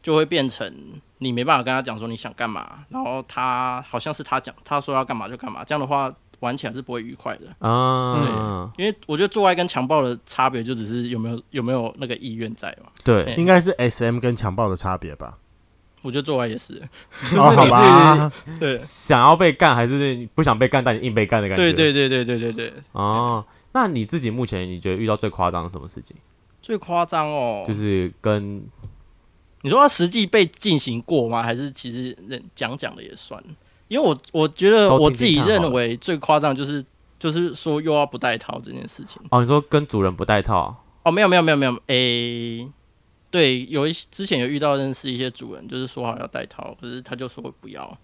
Speaker 3: 就会变成你没办法跟他讲说你想干嘛，然后他好像是他讲他说要干嘛就干嘛，这样的话玩起来是不会愉快的。
Speaker 2: 啊，
Speaker 3: 因为我觉得做爱跟强暴的差别就只是有没有有没有那个意愿在嘛。
Speaker 2: 对，
Speaker 1: 应该是 S M 跟强暴的差别吧？
Speaker 3: 我觉得做爱也是，
Speaker 2: 是
Speaker 1: 哦，好
Speaker 2: 你
Speaker 1: 吧，
Speaker 3: 对
Speaker 2: 想要被干还是你不想被干，但你硬被干的感觉，
Speaker 3: 对对对对对对对，
Speaker 2: 哦，那你自己目前你觉得遇到最夸张的什么事情？
Speaker 3: 最夸张哦，
Speaker 2: 就是跟
Speaker 3: 你说他实际被进行过吗？还是其实认讲讲的也算？因为我我觉得
Speaker 2: 都听
Speaker 3: 我自己
Speaker 2: 听看好
Speaker 3: 认为最夸张就是就是说又要不戴套这件事情。
Speaker 2: 哦，你说跟主人不戴套，
Speaker 3: 哦，没有没有没有没有，诶、对，有一些之前有遇到认识一些主人，就是说好要戴套，可是他就说不要。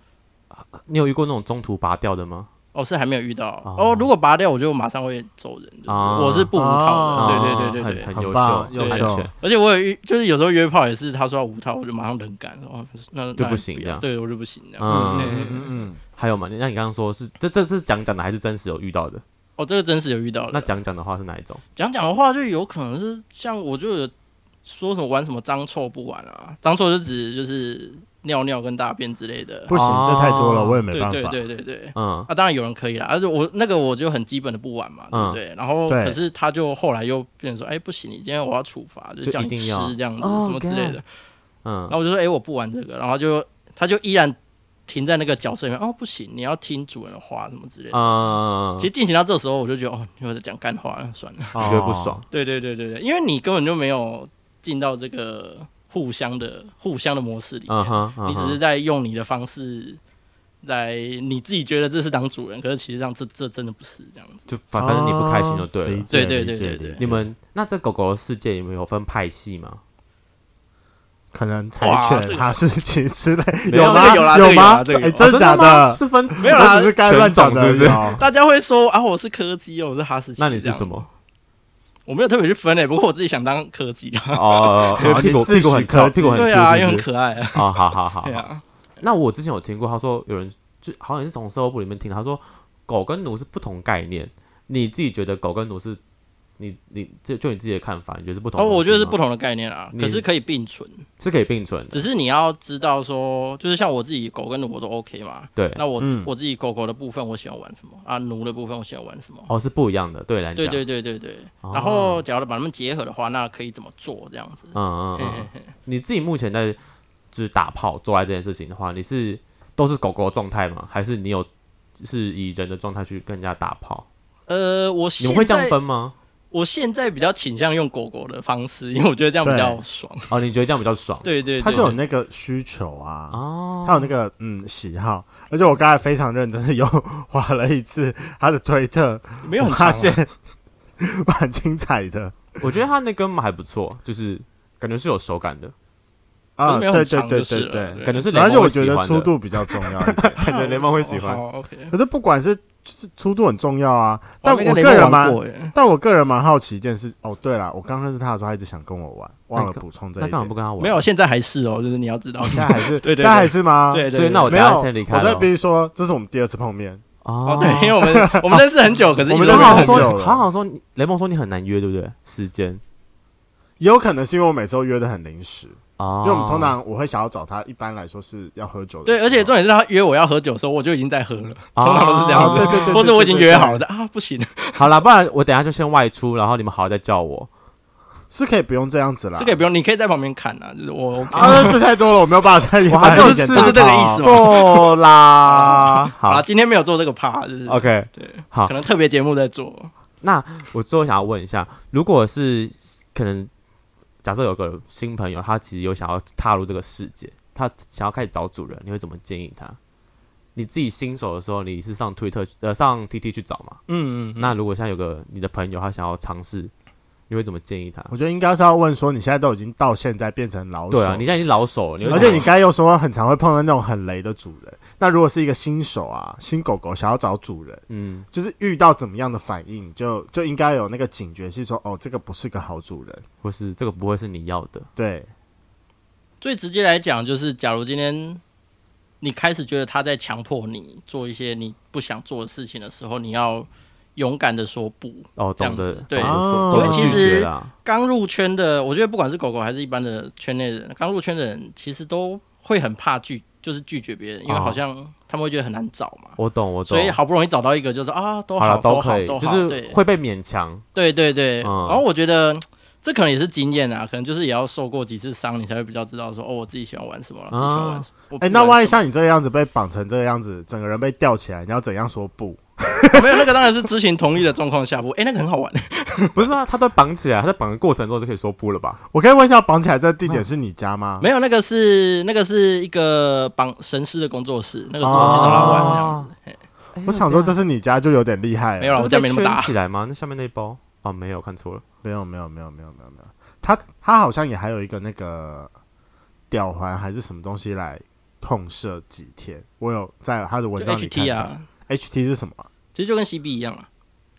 Speaker 2: 你有遇过那种中途拔掉的吗？
Speaker 3: 哦，是还没有遇到
Speaker 2: 哦
Speaker 3: 哦如果拔掉，我就马上会走人。就是、
Speaker 2: 啊
Speaker 3: 我是不无套的，
Speaker 2: 哦
Speaker 3: 对对对对对。
Speaker 2: 很很优
Speaker 1: 很棒
Speaker 2: 秀，
Speaker 1: 优
Speaker 2: 对
Speaker 1: 秀
Speaker 2: 安全
Speaker 3: 而且我有遇，就是有时候约炮也是，他说要无套，我就马上冷感，哦，那
Speaker 2: 就
Speaker 3: 那
Speaker 2: 不行
Speaker 3: 要
Speaker 2: 这样
Speaker 3: 对我就不行这样。
Speaker 2: 嗯
Speaker 3: 对对对
Speaker 1: 嗯嗯
Speaker 2: 还有吗？那你刚刚说是这这是讲讲的还是真实有遇到的？
Speaker 3: 哦，这个真实有遇到的。
Speaker 2: 那讲讲的话是哪一种？
Speaker 3: 讲讲的话，就有可能是像我就有说什么玩什么脏臭不玩啊，脏臭就指就是尿尿跟大便之类的
Speaker 1: 嗯，。不行，
Speaker 2: 哦
Speaker 1: 这太多了，我也没
Speaker 3: 对
Speaker 1: 办
Speaker 3: 对
Speaker 1: 法。
Speaker 3: 对对对。
Speaker 2: 嗯，
Speaker 3: 啊，当然有人可以啦，而且我那个我就很基本的不玩嘛，对
Speaker 2: 嗯
Speaker 3: 不对？然后
Speaker 1: 对
Speaker 3: 可是他就后来又变成说，哎、不行，你今天我要处罚，就
Speaker 2: 就
Speaker 3: 叫
Speaker 2: 一
Speaker 3: 你
Speaker 2: 定
Speaker 3: 吃
Speaker 2: 要
Speaker 3: 这样子
Speaker 2: 哦
Speaker 3: 什么之类的。然
Speaker 2: 嗯，
Speaker 3: 后我就说，哎、我不玩这个。然后他就他就依然停在那个角色里面，哦，不行，你要听主人的话什么之类的。
Speaker 2: 啊，
Speaker 3: 其实进行到这时候，我就觉得哦，你又在讲干话 (laughs) 了，算了。
Speaker 1: 哦
Speaker 2: 你觉得不爽？
Speaker 3: 对对对对对，因为你根本就没有进到这个互相的互相的模式里面，
Speaker 2: 嗯哼，嗯
Speaker 3: 你只哦是
Speaker 2: 哼
Speaker 3: 在用你的方式来，你自己觉得这是当主人，可是其实上这这真的不是这样子。
Speaker 2: 就啊反反正你不开心就对
Speaker 1: 哦理
Speaker 2: 了。
Speaker 1: 解
Speaker 3: 对对对
Speaker 1: 理解
Speaker 3: 对对
Speaker 1: 理解
Speaker 2: 你们那这狗狗的世界有没有分派系吗？
Speaker 1: 可能柴
Speaker 3: 哇这
Speaker 1: 犬、
Speaker 3: 个
Speaker 1: 哈士奇之类，
Speaker 2: 没有
Speaker 1: 吗？
Speaker 3: 这个有啦
Speaker 1: 有吗？
Speaker 3: 这个有啦这个
Speaker 1: 哎
Speaker 3: 有
Speaker 1: 真
Speaker 2: 哦
Speaker 1: 的假
Speaker 2: 吗
Speaker 1: 的？
Speaker 2: 是分
Speaker 3: 没有啦
Speaker 1: 我只是该乱讲的，
Speaker 2: 犬种是不是
Speaker 1: 有
Speaker 3: 大家会说啊，我是柯基哦，我是哈士奇。
Speaker 2: 那你
Speaker 3: 这
Speaker 2: 是
Speaker 3: 样 (laughs)
Speaker 2: 什？么？
Speaker 3: 我没有特别去分诶、不过我自己想当
Speaker 2: (laughs)
Speaker 3: 柯基啊。
Speaker 2: 哦，因为屁股
Speaker 1: 你自诩
Speaker 2: 屁股很
Speaker 1: 科
Speaker 2: 翘，
Speaker 1: 技
Speaker 2: 屁股很
Speaker 3: 对啊，因为
Speaker 2: 很
Speaker 3: 很可爱啊。
Speaker 2: 哦，好好好
Speaker 3: 对，啊，
Speaker 2: 那我之前有听过，他说有人就好像也是从售后部里面听，他说狗跟奴是不同概念。你自己觉得狗跟奴是，你你就就你自己的看法，你觉得是不同？
Speaker 3: 哦，我觉得是不，同的概念啊，
Speaker 2: 啊你
Speaker 3: 可是可以并存，
Speaker 2: 是可以并存的。
Speaker 3: 只是你要知道说，就是像我自己狗跟奴我都 OK 嘛。
Speaker 2: 对，
Speaker 3: 那我、
Speaker 1: 嗯
Speaker 3: 我自己狗狗的部分我喜欢玩什么啊？奴的部分我喜欢玩什么？
Speaker 2: 哦，是不一样的，对你来讲，
Speaker 3: 对对对对对。
Speaker 2: 哦
Speaker 3: 然后，假如把它们结合的话，那可以怎么做？这样子。
Speaker 2: 嗯嗯
Speaker 3: 嘿嘿
Speaker 2: 嗯，你自己目前在就是打炮做爱这件事情的话，你是都是狗狗的状态吗？还是你有是以人的状态去跟人家打炮？
Speaker 3: 呃，我
Speaker 2: 你
Speaker 3: 现
Speaker 2: 们会这样
Speaker 3: 在
Speaker 2: 分吗？
Speaker 3: 我现在比较倾向用狗狗的方式，因为我觉得这样比较爽。
Speaker 2: 哦，你觉得这样比较爽？
Speaker 3: 对对对，
Speaker 1: 他就有
Speaker 3: 对
Speaker 1: 那个需求啊。
Speaker 2: 哦，
Speaker 1: 他有那个嗯喜好，而且我刚才非常认真的又划了一次 (laughs) 他的推特，
Speaker 3: 没有
Speaker 1: 我
Speaker 3: 很长
Speaker 1: 发
Speaker 3: 啊
Speaker 1: 现蛮精彩的
Speaker 2: 我觉得他那根还不错，就是感觉是有手感的，
Speaker 3: 可
Speaker 1: 啊，
Speaker 3: 是没有
Speaker 1: 对
Speaker 3: 很
Speaker 1: 对
Speaker 3: 长
Speaker 1: 对
Speaker 3: 就是
Speaker 1: 对
Speaker 3: 了
Speaker 1: 对，
Speaker 2: 感觉是
Speaker 1: 而
Speaker 2: 联
Speaker 1: 且
Speaker 2: 盟
Speaker 1: 我
Speaker 2: 会喜
Speaker 1: 觉
Speaker 2: 欢的，
Speaker 1: 得粗
Speaker 3: (laughs)
Speaker 1: 度哦比较重要一点，
Speaker 2: 感觉联盟会喜欢。
Speaker 3: 哦好 OK，
Speaker 1: 可是不管是粗粗度很重要啊，但
Speaker 3: 还
Speaker 1: 我
Speaker 3: 没跟哦雷
Speaker 1: 个
Speaker 3: 梦
Speaker 1: 人
Speaker 3: 玩
Speaker 1: 蛮
Speaker 3: 过耶
Speaker 1: 但我个人蛮好奇一件事，哦，对了，我刚认识他的时候，他一直想跟我玩，忘了
Speaker 2: 那个
Speaker 1: 补充这
Speaker 2: 那
Speaker 1: 一
Speaker 2: 干嘛
Speaker 1: 点
Speaker 2: 不。跟他玩？
Speaker 3: 没有，，现在还是哦，就是你要知
Speaker 1: (laughs)
Speaker 3: 道
Speaker 1: 哦，，现在还是
Speaker 3: 对对对
Speaker 1: 现在还是吗？
Speaker 3: 对对对，
Speaker 2: 所以那我
Speaker 1: 没
Speaker 2: 等一
Speaker 1: 有，
Speaker 2: 下先离开
Speaker 1: 我在
Speaker 2: 了
Speaker 1: 必须说，这是我们第二次碰面，
Speaker 3: 哦
Speaker 2: 哦，
Speaker 1: (laughs)
Speaker 3: 对，因为我们我们认识很久，可是
Speaker 1: 我
Speaker 3: 一
Speaker 1: 们
Speaker 3: 直
Speaker 1: 认
Speaker 2: 你
Speaker 3: 都
Speaker 2: 好
Speaker 1: 识
Speaker 2: 像
Speaker 1: 很
Speaker 3: 没有
Speaker 1: 久
Speaker 2: 说，
Speaker 1: 了
Speaker 2: 好像说你雷梦说你很难约，对不对？时间
Speaker 1: 也有可能是因为我每次都约的很临时，
Speaker 2: 哦，
Speaker 1: 因为我们通常我会想要找他，一般来说是要喝酒的时
Speaker 3: 对，
Speaker 1: 候。
Speaker 3: 而且重点是他约我要喝酒的时候，我就已经在喝了，
Speaker 2: 哦
Speaker 3: 通常都是这样
Speaker 1: 哦，
Speaker 3: 子，
Speaker 1: 对对对，
Speaker 3: 或者我已经约好
Speaker 1: 了，
Speaker 3: 了啊，不行，
Speaker 2: (laughs) 好啦，不然我等一下就先外出，然后你们好好再叫我。
Speaker 1: 是可以不用这样子啦。
Speaker 3: 这个也不用，你可以在旁边看啊，就是我 OK，
Speaker 1: 啊，这太多了，我没有办法在一
Speaker 2: (laughs) 我还
Speaker 1: 般
Speaker 2: 不
Speaker 1: 人
Speaker 2: 是嗯
Speaker 1: 前
Speaker 3: 不是这个意思吗？
Speaker 2: 够啦，
Speaker 3: (laughs) 好
Speaker 2: 好
Speaker 3: 了，今天没有做这个趴，就是
Speaker 2: ，OK，
Speaker 3: 对，
Speaker 2: 好
Speaker 3: 可，能特别节目在做，
Speaker 2: 那我最后想要问一下，如果是可能，假设有个新朋友，他其实有想要踏入这个世界，他想要开始找主人，你会怎么建议他？你自己新手的时候，你是上推特呃上 TT 去找嘛？
Speaker 3: 嗯嗯，
Speaker 2: 那如果现在有个你的朋友，他想要尝试你会怎么建议他？
Speaker 1: 我觉得应该是要问说，你现在都已经到现在变成老手，
Speaker 2: 对啊，你现在已经老手了，你会
Speaker 1: 而且你
Speaker 2: 怎么
Speaker 1: 刚才又说很常会碰到那种很雷的主人，那如果是一个新手啊，新狗狗想要找主人，
Speaker 2: 嗯，
Speaker 1: 就是遇到怎么样的反应，就就应该有那个警觉，是说哦，这个不是个好主人。
Speaker 2: 或是这个不会是你要的，
Speaker 1: 对，
Speaker 3: 最直接来讲，就是假如今天你开始觉得他在强迫你做一些你不想做的事情的时候，你要勇敢的说不。
Speaker 2: 哦，
Speaker 3: 这
Speaker 2: 懂
Speaker 3: 样
Speaker 2: 得
Speaker 3: 子
Speaker 2: 懂
Speaker 3: 对
Speaker 2: 得
Speaker 1: 哦
Speaker 2: 说，懂得
Speaker 3: 因为
Speaker 2: 拒
Speaker 3: 其实
Speaker 2: 绝啦，
Speaker 3: 刚入圈的，我觉得不管是狗狗还是一般的圈内人，刚入圈的人其实都会很怕拒，就是拒绝别人，因为
Speaker 2: 哦
Speaker 3: 好像他们会觉得很难找嘛。
Speaker 2: 我懂我懂
Speaker 3: 所，以好不容易找到一个，就是啊，都
Speaker 2: 哦好了
Speaker 3: 都
Speaker 2: 可
Speaker 3: 好，
Speaker 2: 以，
Speaker 3: 都
Speaker 2: 就
Speaker 3: 好，
Speaker 2: 是
Speaker 3: 对
Speaker 2: 会被勉强， (laughs)
Speaker 3: 对对对。
Speaker 2: 嗯
Speaker 3: 然后我觉得这可能也是经验啊，可能就是也要受过几次伤，你才会比较知道说，哦，我自己喜欢玩什么，自己喜欢玩什么。我不
Speaker 1: 哎、那
Speaker 3: 玩
Speaker 1: 万一
Speaker 3: 什么
Speaker 1: 像你这个样子被绑成这个样子，整个人被吊起来，你要怎样说不？
Speaker 3: (laughs) 没有那个当然是知情同意的状况下播，哎，那个很好玩。
Speaker 2: 不是啊，他都绑起来，他在绑的过程中就可以说不了吧？
Speaker 1: 我可以问一下，绑起来这地点是你家吗？
Speaker 3: 没有，那个是那个是一个绑神师的工作室，那个是我去找他玩这
Speaker 2: 啊
Speaker 1: 哦
Speaker 3: 样子。
Speaker 1: 我想说这
Speaker 2: 是
Speaker 1: 是你家就有点厉害了。
Speaker 3: 没有啦，我家没那么大。
Speaker 2: 起来吗？那下面那一包啊，没有看错了，
Speaker 1: 没有，没有，没有，没有，没有，没有。他他好像也还有一个那个吊环还是什么东西来控射几天，我有在他的文
Speaker 3: 就
Speaker 1: 章里看
Speaker 3: HT 啊，哦
Speaker 1: 到。HT 是什么啊？
Speaker 3: 其实就跟 CB 一样啊。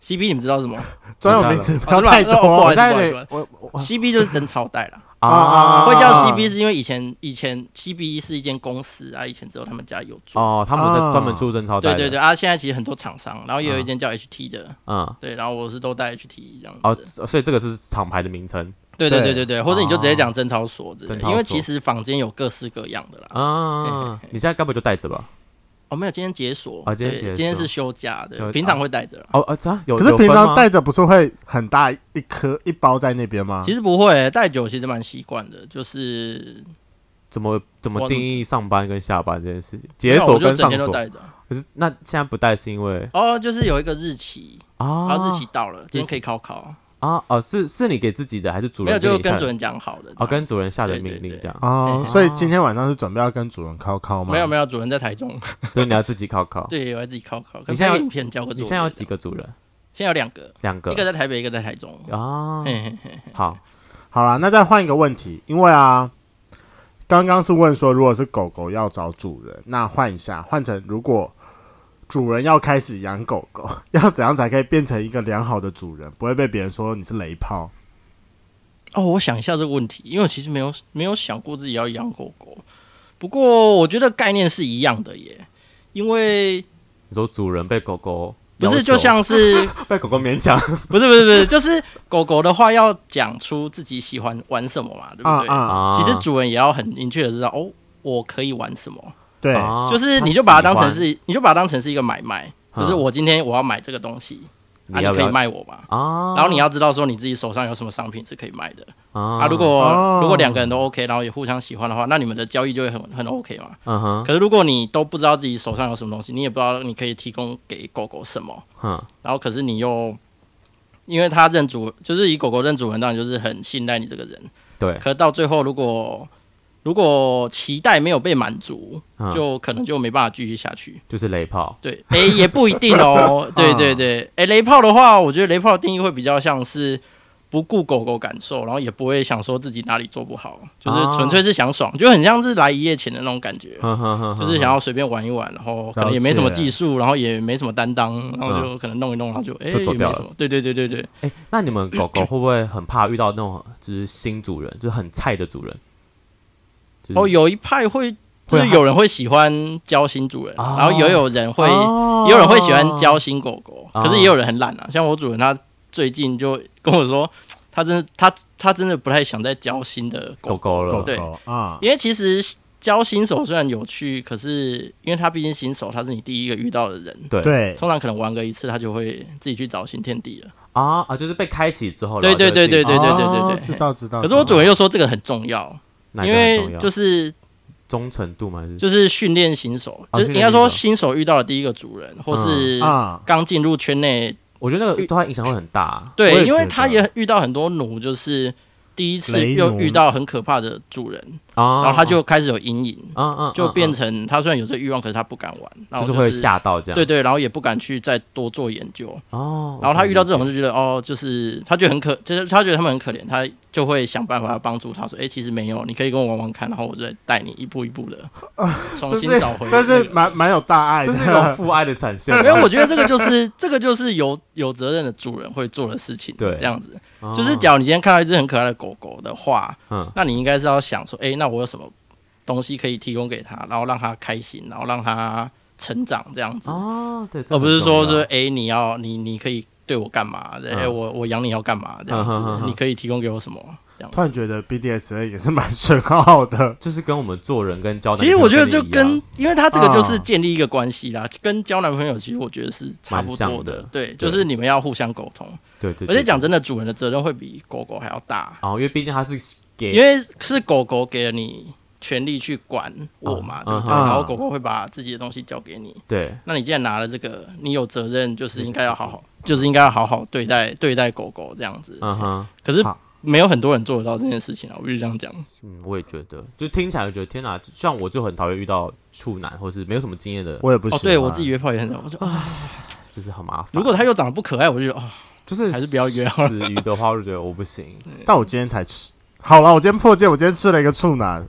Speaker 3: CB 你们知道什么
Speaker 1: 专有
Speaker 2: 我知道
Speaker 1: 名词
Speaker 3: 了
Speaker 1: 不要太 (laughs)
Speaker 3: 哦真的吗哦
Speaker 1: 多
Speaker 2: 在
Speaker 3: 不好意思不好意思
Speaker 2: 那我我我
Speaker 3: ？CB 就是真超带啦，
Speaker 2: 啊
Speaker 1: 啊
Speaker 3: 会叫
Speaker 1: 啊
Speaker 3: CB 是因为以前以前 CB 是一间公司啊，以前只有他们家有做。
Speaker 2: 哦，他们在
Speaker 1: 啊
Speaker 2: 专门出真超带
Speaker 3: 对
Speaker 2: 的，
Speaker 3: 对对啊，现在其实很多厂商，然后也有
Speaker 2: 啊
Speaker 3: 一间叫 HT 的，
Speaker 2: 嗯，
Speaker 3: 对，然后我是都带 HT 这样
Speaker 2: 哦
Speaker 3: 子。，
Speaker 2: 所以这个是厂牌的名称
Speaker 3: 对对
Speaker 1: 对
Speaker 3: 对对对，或者你就直接讲贞操所之类
Speaker 2: 贞啊
Speaker 3: 的，
Speaker 2: 操所
Speaker 3: 因为其实坊间有各式各样的啦。
Speaker 2: 啊
Speaker 3: 嘿嘿嘿，
Speaker 2: 你现在该不会就带着吧？
Speaker 3: 哦，没有，今天解锁
Speaker 2: 哦今天
Speaker 3: 对
Speaker 2: 解锁
Speaker 3: 今天是休假
Speaker 2: 休
Speaker 3: 的，平常会带着啦。
Speaker 2: 哦啊，这样有
Speaker 1: 可是
Speaker 2: 有分
Speaker 1: 平常
Speaker 2: 吗
Speaker 1: 带着不是会很大一颗一包在那边
Speaker 2: 啊
Speaker 1: 吗？
Speaker 3: 其实不会带酒，其实蛮习惯的，就是
Speaker 2: 怎么怎么
Speaker 3: 我
Speaker 2: 定义上班跟下班这件事情？
Speaker 3: 没
Speaker 2: 解
Speaker 3: 有
Speaker 2: 锁
Speaker 3: 我就
Speaker 2: 跟上
Speaker 3: 整天都
Speaker 2: 锁，
Speaker 3: 带着。
Speaker 2: 可是那现在不带是因为
Speaker 3: 哦，就是有一个日期，然
Speaker 2: 啊
Speaker 3: 后日期到了，今天可以考考，
Speaker 2: 啊哦，是是你给自己的还是主
Speaker 3: 没
Speaker 2: 人
Speaker 3: 有
Speaker 2: 给
Speaker 3: 就
Speaker 2: 你下
Speaker 3: 跟
Speaker 2: 的？
Speaker 3: 主人讲好的。
Speaker 2: 哦，跟主人下的
Speaker 3: 对对
Speaker 2: 命令
Speaker 3: 对
Speaker 2: 这样，
Speaker 1: 哦
Speaker 3: 嘿，
Speaker 1: 所以今天晚上是准备要跟主人靠靠吗？
Speaker 3: 哎没有没有，主人在台中，
Speaker 2: 所以你要自己考考。
Speaker 3: 对，我要自己考考。
Speaker 2: 你现在有
Speaker 3: 可是拍影片教过
Speaker 2: 你现在有几
Speaker 3: 个？
Speaker 2: 个主人？
Speaker 3: 现在有两个，
Speaker 2: 两个
Speaker 3: 一个在台北，一个在台中。
Speaker 2: 啊，
Speaker 3: 嘿嘿嘿
Speaker 2: 好，
Speaker 1: 好啦，那再换一个问题，因为啊，刚刚是问说，如果是狗狗要找主人，那换一下，换成如果主人要开始养狗狗， (laughs) 要怎样才可以变成一个良好的主人，不会被别人说你是雷炮？
Speaker 3: 哦，我想一下这个问题，因为我其实没有没有想过自己要养狗狗，不过我觉得概念是一样的耶，因为
Speaker 2: 你说主人被狗狗
Speaker 3: 不
Speaker 2: 要
Speaker 3: 是
Speaker 2: 求
Speaker 3: 就像是
Speaker 2: 被狗狗勉强
Speaker 3: 不是不是不是，就是狗狗的话要讲出自己喜欢玩什么嘛，对不
Speaker 1: 啊
Speaker 3: 嗯对？
Speaker 1: 啊，
Speaker 2: 啊，
Speaker 3: 其实主人也要很明确的知道哦，我可以玩什么，
Speaker 1: 对，
Speaker 2: 啊
Speaker 3: 就是你就把它当成
Speaker 2: 喜
Speaker 3: 是，你就把它当成是一个买卖，
Speaker 2: 嗯
Speaker 3: 就是我今天我要买这个东西，啊，
Speaker 2: 欢你要不
Speaker 3: 可以
Speaker 2: 要
Speaker 3: 卖我吧？
Speaker 2: 啊？
Speaker 3: 然后你要知道说你自己手上有什么商品是可以卖的
Speaker 2: 啊
Speaker 3: 啊。如
Speaker 1: 哦
Speaker 3: 果如果两个人都 OK，然后也互相喜欢的话，那你们的交易就会很很 OK 嘛。
Speaker 2: 嗯哼
Speaker 3: 可是如果你都不知道自己手上有什么东西，你也不知道你可以提供给狗狗什么，
Speaker 2: 哼
Speaker 3: 然后可是你又因为它认主，就是以狗狗认主人，当然就是很信赖你这个人。
Speaker 2: 对，
Speaker 3: 可是到最后，如果如果期待没有被满足，
Speaker 2: 嗯
Speaker 3: 就可能就没办法继续下去。
Speaker 2: 就是雷炮
Speaker 3: 对，诶、也不一定
Speaker 2: (laughs)
Speaker 3: 哦。对对对，
Speaker 2: 嗯
Speaker 3: 诶、雷炮的话，我觉得雷炮的定义会比较像是不顾狗狗感受，然后也不会想说自己哪里做不好，
Speaker 2: 哦
Speaker 3: 就是纯粹是想爽，就很像是来一夜情的那种感觉。
Speaker 2: 哼哼哼哼
Speaker 3: 就是想要随便玩一玩，然后可能也没什么技术，然后也没什么担当，然后就可能弄一弄，然后就哎、
Speaker 2: 嗯就走
Speaker 3: 也
Speaker 2: 掉了
Speaker 3: 没什么。对对对对对，
Speaker 2: 哎，那你们狗狗会不会很怕遇到那种就是新主人，就是很菜的主人？就是嗯
Speaker 3: 哦，有一派会就
Speaker 2: 会
Speaker 3: 是有人会喜欢教新主人，
Speaker 2: 啊
Speaker 3: 然后也有人会、
Speaker 2: 哦
Speaker 3: 也有人会喜欢教新狗狗，
Speaker 2: 哦
Speaker 3: 可是也有人很懒啊。像我主人他最近就跟我说，他真的他他真的不太想再教新的狗，
Speaker 2: 狗狗
Speaker 1: 狗
Speaker 2: 了，
Speaker 3: 对
Speaker 1: 狗啊，
Speaker 3: 因为其实教新手虽然有趣，可是因为他毕竟新手，他是你第一个遇到的人。
Speaker 2: 对
Speaker 1: 对，
Speaker 3: 通常可能玩个一次，他就会自己去找新天地了。
Speaker 2: 啊啊，就是被开启之后，
Speaker 3: 对对对对对对对对
Speaker 1: 哦
Speaker 3: 对
Speaker 1: 知道知
Speaker 2: 啊
Speaker 1: 道。
Speaker 3: 可是我
Speaker 1: 知道
Speaker 3: 主人又说这个很重要，
Speaker 2: 对
Speaker 3: 因为就是
Speaker 2: 忠诚度嘛，还是
Speaker 3: 就是训练新手，
Speaker 2: 哦
Speaker 3: 就是应该说新手遇到的第一个主人，或
Speaker 2: 嗯
Speaker 3: 是
Speaker 1: 啊，
Speaker 3: 刚进入圈内，
Speaker 2: 我觉得那个对他影响会很大。
Speaker 1: 我也觉
Speaker 3: 对，
Speaker 1: 得
Speaker 3: 因为他也遇到很多奴，就是第一次
Speaker 1: 雷奴
Speaker 3: 又遇到很可怕的主人，
Speaker 2: 啊，
Speaker 3: 然后他就开始有阴影，
Speaker 2: 啊啊，
Speaker 3: 就变
Speaker 2: 成
Speaker 3: 成他虽然有这欲望，可是他不敢玩，然
Speaker 2: 就是
Speaker 3: 后是
Speaker 2: 会吓到这样，
Speaker 3: 对对，然后也不敢去再多做研究。
Speaker 2: 哦，
Speaker 3: 然后他遇到这种
Speaker 2: 了解
Speaker 3: 就觉得哦，就是他觉得很可，就是他觉得他们很可怜，他就会想办法要帮助他说，哎、其实没有，你可以跟我玩玩看，然后我再带你一步一
Speaker 2: (laughs)
Speaker 3: 步的重
Speaker 2: 这
Speaker 3: 新
Speaker 2: 是
Speaker 3: 找回、
Speaker 1: 这是
Speaker 3: (laughs)
Speaker 1: 蛮蛮有大爱
Speaker 2: 这
Speaker 1: 的，
Speaker 2: 是一
Speaker 1: (laughs)
Speaker 2: 种父爱的展现，
Speaker 3: 因为我觉得这个就是这个就是有有责任的主人会做的事情，
Speaker 2: 对
Speaker 3: 这样子。
Speaker 2: 哦
Speaker 3: 就是哦假如你今天看到一只很可爱的狗狗的话，
Speaker 2: 嗯
Speaker 3: 那你应该是要想说，哎、那我有什么东西可以提供给他，然后让他开心，然后让他成长这样子，
Speaker 2: 哦，对，这
Speaker 3: 而不是
Speaker 2: 很重要
Speaker 3: 说是哎、诶你要你你可以对我干嘛？哎、
Speaker 2: 嗯
Speaker 3: 诶我我养你要干嘛？这样
Speaker 2: 嗯
Speaker 3: 子，
Speaker 2: 哼哼哼
Speaker 3: 你可以提供给我什么？这样子
Speaker 1: 突然觉得 BDSA 也是蛮深奥的，
Speaker 2: 就是跟我们做人跟交代，
Speaker 3: 其实我觉得就跟，因为他这个
Speaker 2: 嗯
Speaker 3: 就是
Speaker 1: 啊
Speaker 3: 建立一个关系啦，跟交男朋友其实我觉得是差不
Speaker 2: 蛮
Speaker 3: 多
Speaker 2: 像的
Speaker 3: 对，就是你们要互相沟通。
Speaker 2: 对对，
Speaker 3: 而且讲
Speaker 2: 真，
Speaker 3: 真的，主人的责任会比狗狗还要大，
Speaker 2: 哦，因为毕竟他是给，
Speaker 3: 因为是狗狗给了你权利去管我嘛，
Speaker 2: 嗯
Speaker 3: 对不
Speaker 1: 嗯
Speaker 3: 对？然后狗狗会把自己的东西交给你，
Speaker 2: 对
Speaker 3: 那你既然拿了这个，你有责任，就是应该要好好，就是应该要好好对待对待狗狗这样子。
Speaker 2: 嗯哼，
Speaker 3: 可是
Speaker 1: 好
Speaker 3: 没有很多人做得到这件事情啊，我必须这样讲。
Speaker 2: 嗯，我也觉得，就听起来我觉得天哪，像我就很讨厌遇到处男或是没有什么经验的，
Speaker 1: 我也不喜
Speaker 3: 哦，
Speaker 1: 欢。
Speaker 3: 对我自己约炮也很少，我说啊，
Speaker 2: 就是很麻烦。
Speaker 3: 如果他又长得不可爱，我就觉得啊，
Speaker 2: 就是
Speaker 3: 还是不要约好了嗯
Speaker 2: 死鱼的话，我就觉得我不行。
Speaker 1: 但我今天才吃。好了，我今天破戒，我今天吃了一个处男，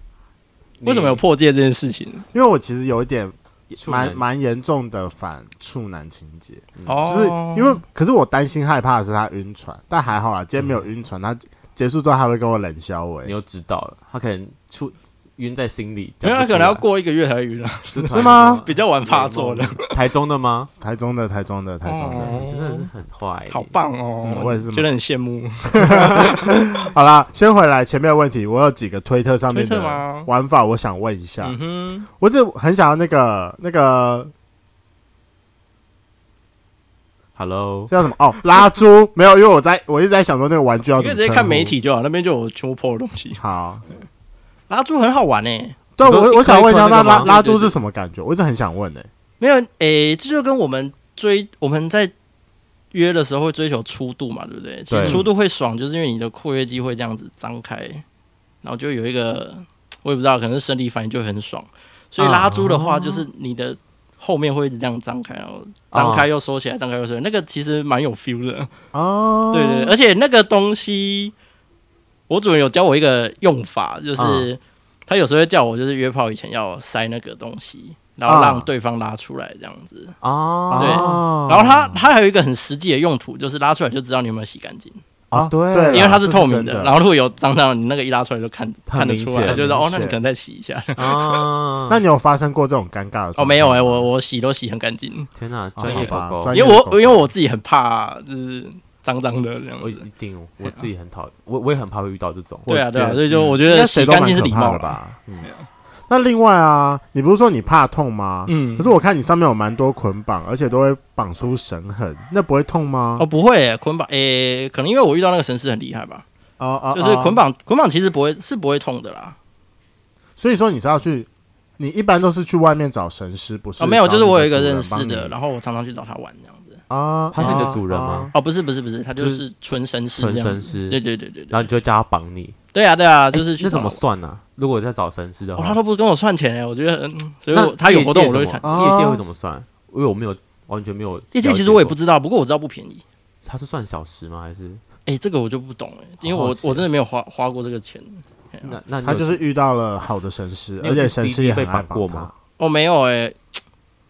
Speaker 3: 为什么有破戒这件事情？
Speaker 1: 因为我其实有一点
Speaker 2: 你处男
Speaker 1: 蛮蛮严重的反处男情节，
Speaker 3: 哦
Speaker 1: 就是因为可是我担心害怕的是他晕船，但还好啦，今天没有晕船，他结束之后还会跟我冷笑
Speaker 2: 你
Speaker 1: 喂，
Speaker 2: 又知道了，他可能处晕在心里，
Speaker 3: 没有，他可能要过一个月才会晕啊，
Speaker 2: 是
Speaker 1: 是吗？
Speaker 3: 比较晚发作的，
Speaker 2: 台中的
Speaker 3: (laughs)
Speaker 2: 吗？
Speaker 1: 台中的，台中的，台中的。
Speaker 3: 哦
Speaker 2: 你真的是很坏，
Speaker 3: 好棒哦！
Speaker 1: 嗯我也是
Speaker 3: 觉得很羡慕。
Speaker 1: 好啦，先回来前面的问题，我有几个推特上面
Speaker 3: 推
Speaker 1: 的
Speaker 3: 特 (laughs) 吗
Speaker 1: 玩法，我想问一下，
Speaker 3: 嗯哼，
Speaker 1: 我只很想要那个那个
Speaker 2: ！Hello，
Speaker 1: 叫什么
Speaker 3: (laughs)
Speaker 1: 哦，拉猪没有，因为我在我一直在想说那个玩具要
Speaker 3: 你
Speaker 1: 怎
Speaker 3: 可
Speaker 1: 么
Speaker 3: 以直接看
Speaker 1: 称呼
Speaker 3: 媒。体就好，那边就有全部 PO 的东西。
Speaker 1: 好，
Speaker 3: 拉猪很好玩欸诶，
Speaker 1: 对
Speaker 2: 你说一
Speaker 1: 我
Speaker 2: 颗
Speaker 1: 我想问一下，
Speaker 2: 一颗
Speaker 1: 那
Speaker 2: 那个吗
Speaker 1: 拉拉
Speaker 3: 对
Speaker 1: 猪
Speaker 3: 对对
Speaker 1: 是什么感觉？我一直很想问呢。欸
Speaker 3: 没有诶，这就跟我们追我们在约的时候会追求粗度嘛，对不对？其实
Speaker 2: 对
Speaker 3: 粗度会爽，就是因为你的括约肌会这样子张开，然后就有一个我也不知道，可能是生理反应就很爽。所以
Speaker 2: 啊
Speaker 3: 拉猪的话，就是你的后面会一直这样张开，然后张开又收起来，张开又收起来，那个其实蛮有 feel 的。
Speaker 1: 哦，
Speaker 3: 对对，对而且那个东西，我主人有教我一个用法，
Speaker 1: 啊
Speaker 3: 就是、
Speaker 2: 嗯
Speaker 3: 他有时候会叫我，就是约炮以前要塞那个东西，然后让
Speaker 1: 嗯
Speaker 3: 对方拉出来这样子。
Speaker 2: 啊，
Speaker 3: 对
Speaker 1: 哦
Speaker 3: 然后他他还有一个很实际的用途，就是拉出来就知道你有没有洗干净，
Speaker 1: 啊
Speaker 2: 哦对
Speaker 1: 对啦，
Speaker 3: 因为它
Speaker 1: 这
Speaker 3: 是
Speaker 1: 是
Speaker 3: 透明
Speaker 1: 真的。
Speaker 3: 然后如果有脏脏，你那个一拉出来就看
Speaker 2: 很
Speaker 3: 看得
Speaker 2: 明
Speaker 3: 出来，
Speaker 2: 显
Speaker 3: 就是
Speaker 1: 很
Speaker 3: 哦，
Speaker 1: 明
Speaker 3: 那你
Speaker 1: 显，
Speaker 3: 可能再洗一下。
Speaker 2: 啊
Speaker 1: 那你有发生过这种尴尬的状
Speaker 3: 哦，
Speaker 1: 况？
Speaker 3: 没有哎、我我洗都洗很干净，
Speaker 2: 天哪，
Speaker 1: 哦
Speaker 2: 专业狗
Speaker 1: 好吧
Speaker 2: 狗
Speaker 1: 专，业
Speaker 3: 因
Speaker 1: 狗
Speaker 3: 为我
Speaker 1: 狗
Speaker 3: 因为我自己很怕就是脏脏的这样
Speaker 2: 我
Speaker 3: 子。
Speaker 2: 一定，我自己很讨厌，我我也很怕会遇到这种，
Speaker 3: 对啊对啊，
Speaker 1: 我
Speaker 3: 所以就我觉
Speaker 1: 嗯应该
Speaker 3: 得
Speaker 1: 谁
Speaker 3: 洗
Speaker 1: 都蛮
Speaker 3: 干净是礼
Speaker 1: 可怕
Speaker 3: 貌
Speaker 1: 的
Speaker 3: 啦。
Speaker 1: 吧？
Speaker 2: 嗯
Speaker 3: 对啊
Speaker 1: 那另外啊，你不是说你怕痛吗？
Speaker 3: 嗯
Speaker 1: 可是我看你上面有蛮多捆绑，而且都会绑出绳痕，那不会痛吗？
Speaker 3: 哦，不会耶、捆绑诶、可能因为我遇到那个神师很厉害吧，
Speaker 1: 哦
Speaker 2: 啊
Speaker 1: 哦
Speaker 3: 就是捆，
Speaker 1: 哦
Speaker 3: 绑捆绑其实不会是不会痛的啦。
Speaker 1: 所以说你是要去，你一般都是去外面找神师，不是找
Speaker 3: 哦，
Speaker 1: 你的主人帮你？
Speaker 3: 没有，就是我有一个认识的，然
Speaker 1: 后
Speaker 3: 后我常常去找他玩这样子。
Speaker 1: 啊，
Speaker 2: 他是你的
Speaker 1: 啊
Speaker 2: 主人吗？
Speaker 3: 哦，不是不是不是，他就
Speaker 2: 就是
Speaker 3: 纯神师
Speaker 2: 纯
Speaker 3: 这样
Speaker 2: 绅
Speaker 3: 子。
Speaker 2: 师
Speaker 3: 对，对对对
Speaker 2: 然后
Speaker 3: 对，
Speaker 2: 你就叫他绑你，
Speaker 3: 对啊对啊，就是去
Speaker 2: 这哎怎
Speaker 3: 找
Speaker 2: 么算呢？如果在找神师的
Speaker 3: 哦，
Speaker 2: 话
Speaker 3: 他，都不跟我算钱哎、我觉得，嗯、所以
Speaker 2: 那
Speaker 3: 我他有活动我
Speaker 2: 业
Speaker 3: 都会
Speaker 2: 界
Speaker 3: 参
Speaker 2: 怎
Speaker 3: 加。
Speaker 2: 么
Speaker 1: 参加
Speaker 2: 哎业界会怎么算？因为我没有完全没有了解过，
Speaker 3: 业界其实我也不知道，不过我知道不便宜。
Speaker 2: 他是算小时吗？还是
Speaker 3: 哎、这个我就不懂哎、因为
Speaker 2: 好
Speaker 3: 我
Speaker 2: 好奇啊
Speaker 3: 我真的没有花花过这个钱。哎呀
Speaker 2: 那那你
Speaker 1: 他
Speaker 2: 有
Speaker 1: 就是遇到了好的神师，
Speaker 2: 你有
Speaker 1: 而且
Speaker 2: 去
Speaker 1: 神
Speaker 2: CD
Speaker 1: 师也很
Speaker 2: 被
Speaker 1: 爱
Speaker 2: 绑过
Speaker 1: 他
Speaker 2: 吗？
Speaker 3: 我没有哎、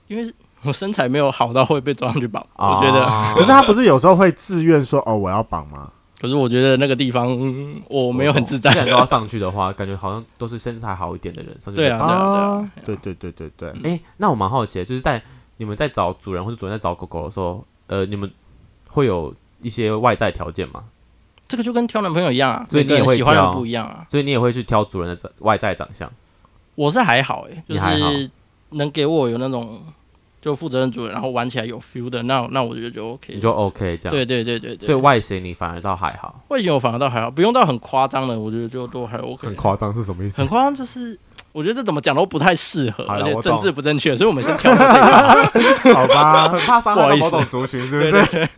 Speaker 3: 因为我身材没有好到会被抓上去绑，
Speaker 2: 啊
Speaker 3: 我觉得。
Speaker 1: 可是他不是有时候会自愿说哦我要绑吗？
Speaker 3: 可是我觉得那个地方嗯 (laughs) 我
Speaker 2: 我
Speaker 3: 没有很自在
Speaker 2: 既。
Speaker 3: (laughs)
Speaker 2: 然都要上去的话，感觉好像都是身材好一点的人上去。
Speaker 3: 对啊，对啊，对啊。嗯
Speaker 1: 对对对对对，
Speaker 2: 哎、那我蛮好奇的，就是在你们在找主人或者主人在找狗狗的时候，呃，你们会有一些外在条件吗？
Speaker 3: 这个就跟挑男朋友一样啊，
Speaker 2: 所以你也
Speaker 3: 每个
Speaker 2: 会
Speaker 3: 人喜欢
Speaker 2: 挑
Speaker 3: 的不一样啊。
Speaker 2: 所以你也会去挑主人的外在长相
Speaker 3: 我是还好哎、
Speaker 2: 你还好
Speaker 3: 就是能给我有那种就负责任主人，然后玩起来有 feel 的，那那我觉得就 OK 了。
Speaker 2: 你就 OK 这样。
Speaker 3: 对对对对对，
Speaker 2: 所以外形你反而倒还好。
Speaker 3: 外形我反而倒还好，不用到很夸张的，我觉得就都还 OK。
Speaker 2: 夸张是什么意
Speaker 3: 很？夸张就是，我觉得这怎么讲都不太适合，
Speaker 2: 好
Speaker 3: 而
Speaker 2: 啦
Speaker 3: 且
Speaker 2: 我
Speaker 3: 政
Speaker 2: 懂
Speaker 3: 治不正确，所以我们先挑那个地
Speaker 2: (laughs)
Speaker 3: 方。
Speaker 1: 好吧，
Speaker 2: 很怕伤
Speaker 3: 不好
Speaker 2: 害到
Speaker 3: 意思
Speaker 2: 某种族群，是不
Speaker 3: 对
Speaker 2: 是？
Speaker 3: 对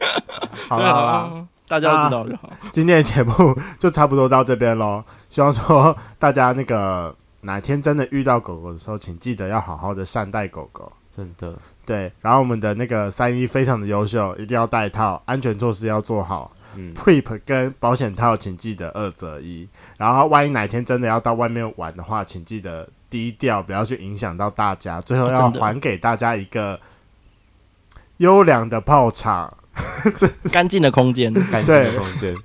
Speaker 1: 好
Speaker 3: 对
Speaker 1: 了
Speaker 3: 啊
Speaker 1: 好了，
Speaker 3: 大家要知道就好。
Speaker 1: 今天的节目就差不多到这边喽。希望说大家那个哪天真的遇到狗狗的时候，请记得要好好的善待狗狗。
Speaker 2: 真的，
Speaker 1: 对，然后我们的那个三一非常的优秀，一定要戴套，安全措施要做好。
Speaker 3: (laughs)
Speaker 2: 嗯，
Speaker 1: Prep 跟保险套，请记得二择一。然后，万一哪天真的要到外面玩的话，请记得低调，不要去影响到大家。最后
Speaker 3: 哦
Speaker 1: 要
Speaker 3: 真的
Speaker 1: 还给大家一个优良的泡场。
Speaker 3: 干净的空间。
Speaker 2: 干净
Speaker 1: 对
Speaker 2: 的空间，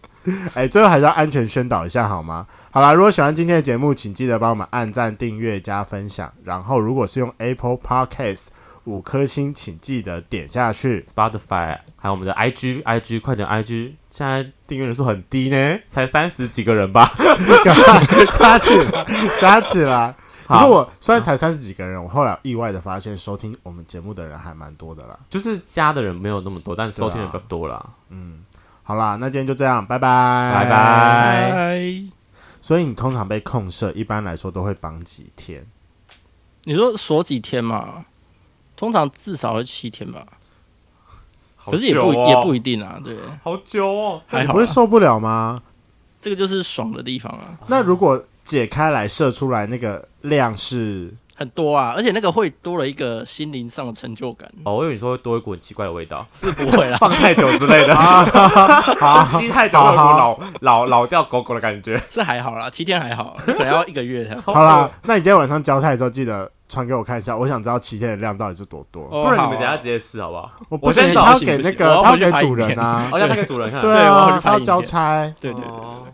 Speaker 1: 哎、最后还是要安全宣导一下好吗？好啦，如果喜欢今天的节目，请记得帮我们按赞、订阅、加分享。然后，如果是用 Apple Podcast 五颗星，请记得点下去。
Speaker 2: Spotify，还有我们的 IG，IG 快点 IG，现在订阅人数很低呢，才三十几个人吧。 (laughs)
Speaker 1: (laughs) 赶快抓起来， (laughs) 抓起来！可是
Speaker 2: 好，
Speaker 1: 我虽然才三十几个人，我后来意外的发现，收听我们节目的人还蛮多的啦。
Speaker 2: 就是加的人没有那么多，但收听的
Speaker 1: 对啊
Speaker 2: 比较多啦。
Speaker 1: 嗯，好啦，那今天就这样，拜拜，
Speaker 2: 拜 (laughs) 拜
Speaker 1: 所以你通常被控射，一般来说都会绑几天？
Speaker 3: 你说锁几天嘛？通常至少会七天吧，
Speaker 2: 好
Speaker 3: 可是也不、
Speaker 2: 久哦
Speaker 3: 也不一定啊，对，
Speaker 2: 好久哦。
Speaker 3: 还
Speaker 1: 你
Speaker 3: 好
Speaker 1: 不会
Speaker 3: 啦。
Speaker 1: 受不了吗？
Speaker 3: 这个就是爽的地方啊，
Speaker 1: 那如果解开来射出来那个量
Speaker 3: (laughs)
Speaker 1: 是，
Speaker 3: 很多啊，而且那个会多了一个心灵上的成就感，
Speaker 2: 哦，我以为你说会多一股很奇怪的味道，，
Speaker 3: 是不会啦 (laughs)
Speaker 2: 放太久之类的， (laughs) 积太久会有股老老老掉狗狗的感觉。
Speaker 3: 是还好啦，七天还好，可能要一个月才好。
Speaker 1: 好啦，那你今天晚上交菜的时候记得传给我看一下，我想知道七天的量到底是多多。
Speaker 3: 哦
Speaker 2: 不然你
Speaker 3: 好
Speaker 2: 们
Speaker 3: 啊
Speaker 2: 等一下直接试好不好？
Speaker 1: 我不
Speaker 2: 我
Speaker 1: 行
Speaker 2: 先，找
Speaker 1: 他要
Speaker 3: 不行
Speaker 1: 给
Speaker 3: 不
Speaker 1: 那
Speaker 3: 行
Speaker 1: 个
Speaker 3: 我要
Speaker 1: 他要
Speaker 3: 回去
Speaker 1: 给
Speaker 3: 拍
Speaker 1: 主
Speaker 3: 影片
Speaker 1: 人啊，
Speaker 2: 哦，要拍给主人看。
Speaker 1: 对
Speaker 3: (laughs) 对我要
Speaker 1: 啊，
Speaker 3: 去拍
Speaker 1: 他要
Speaker 3: 影
Speaker 1: 交
Speaker 3: 片
Speaker 1: 差。
Speaker 3: 对对对对
Speaker 2: 哦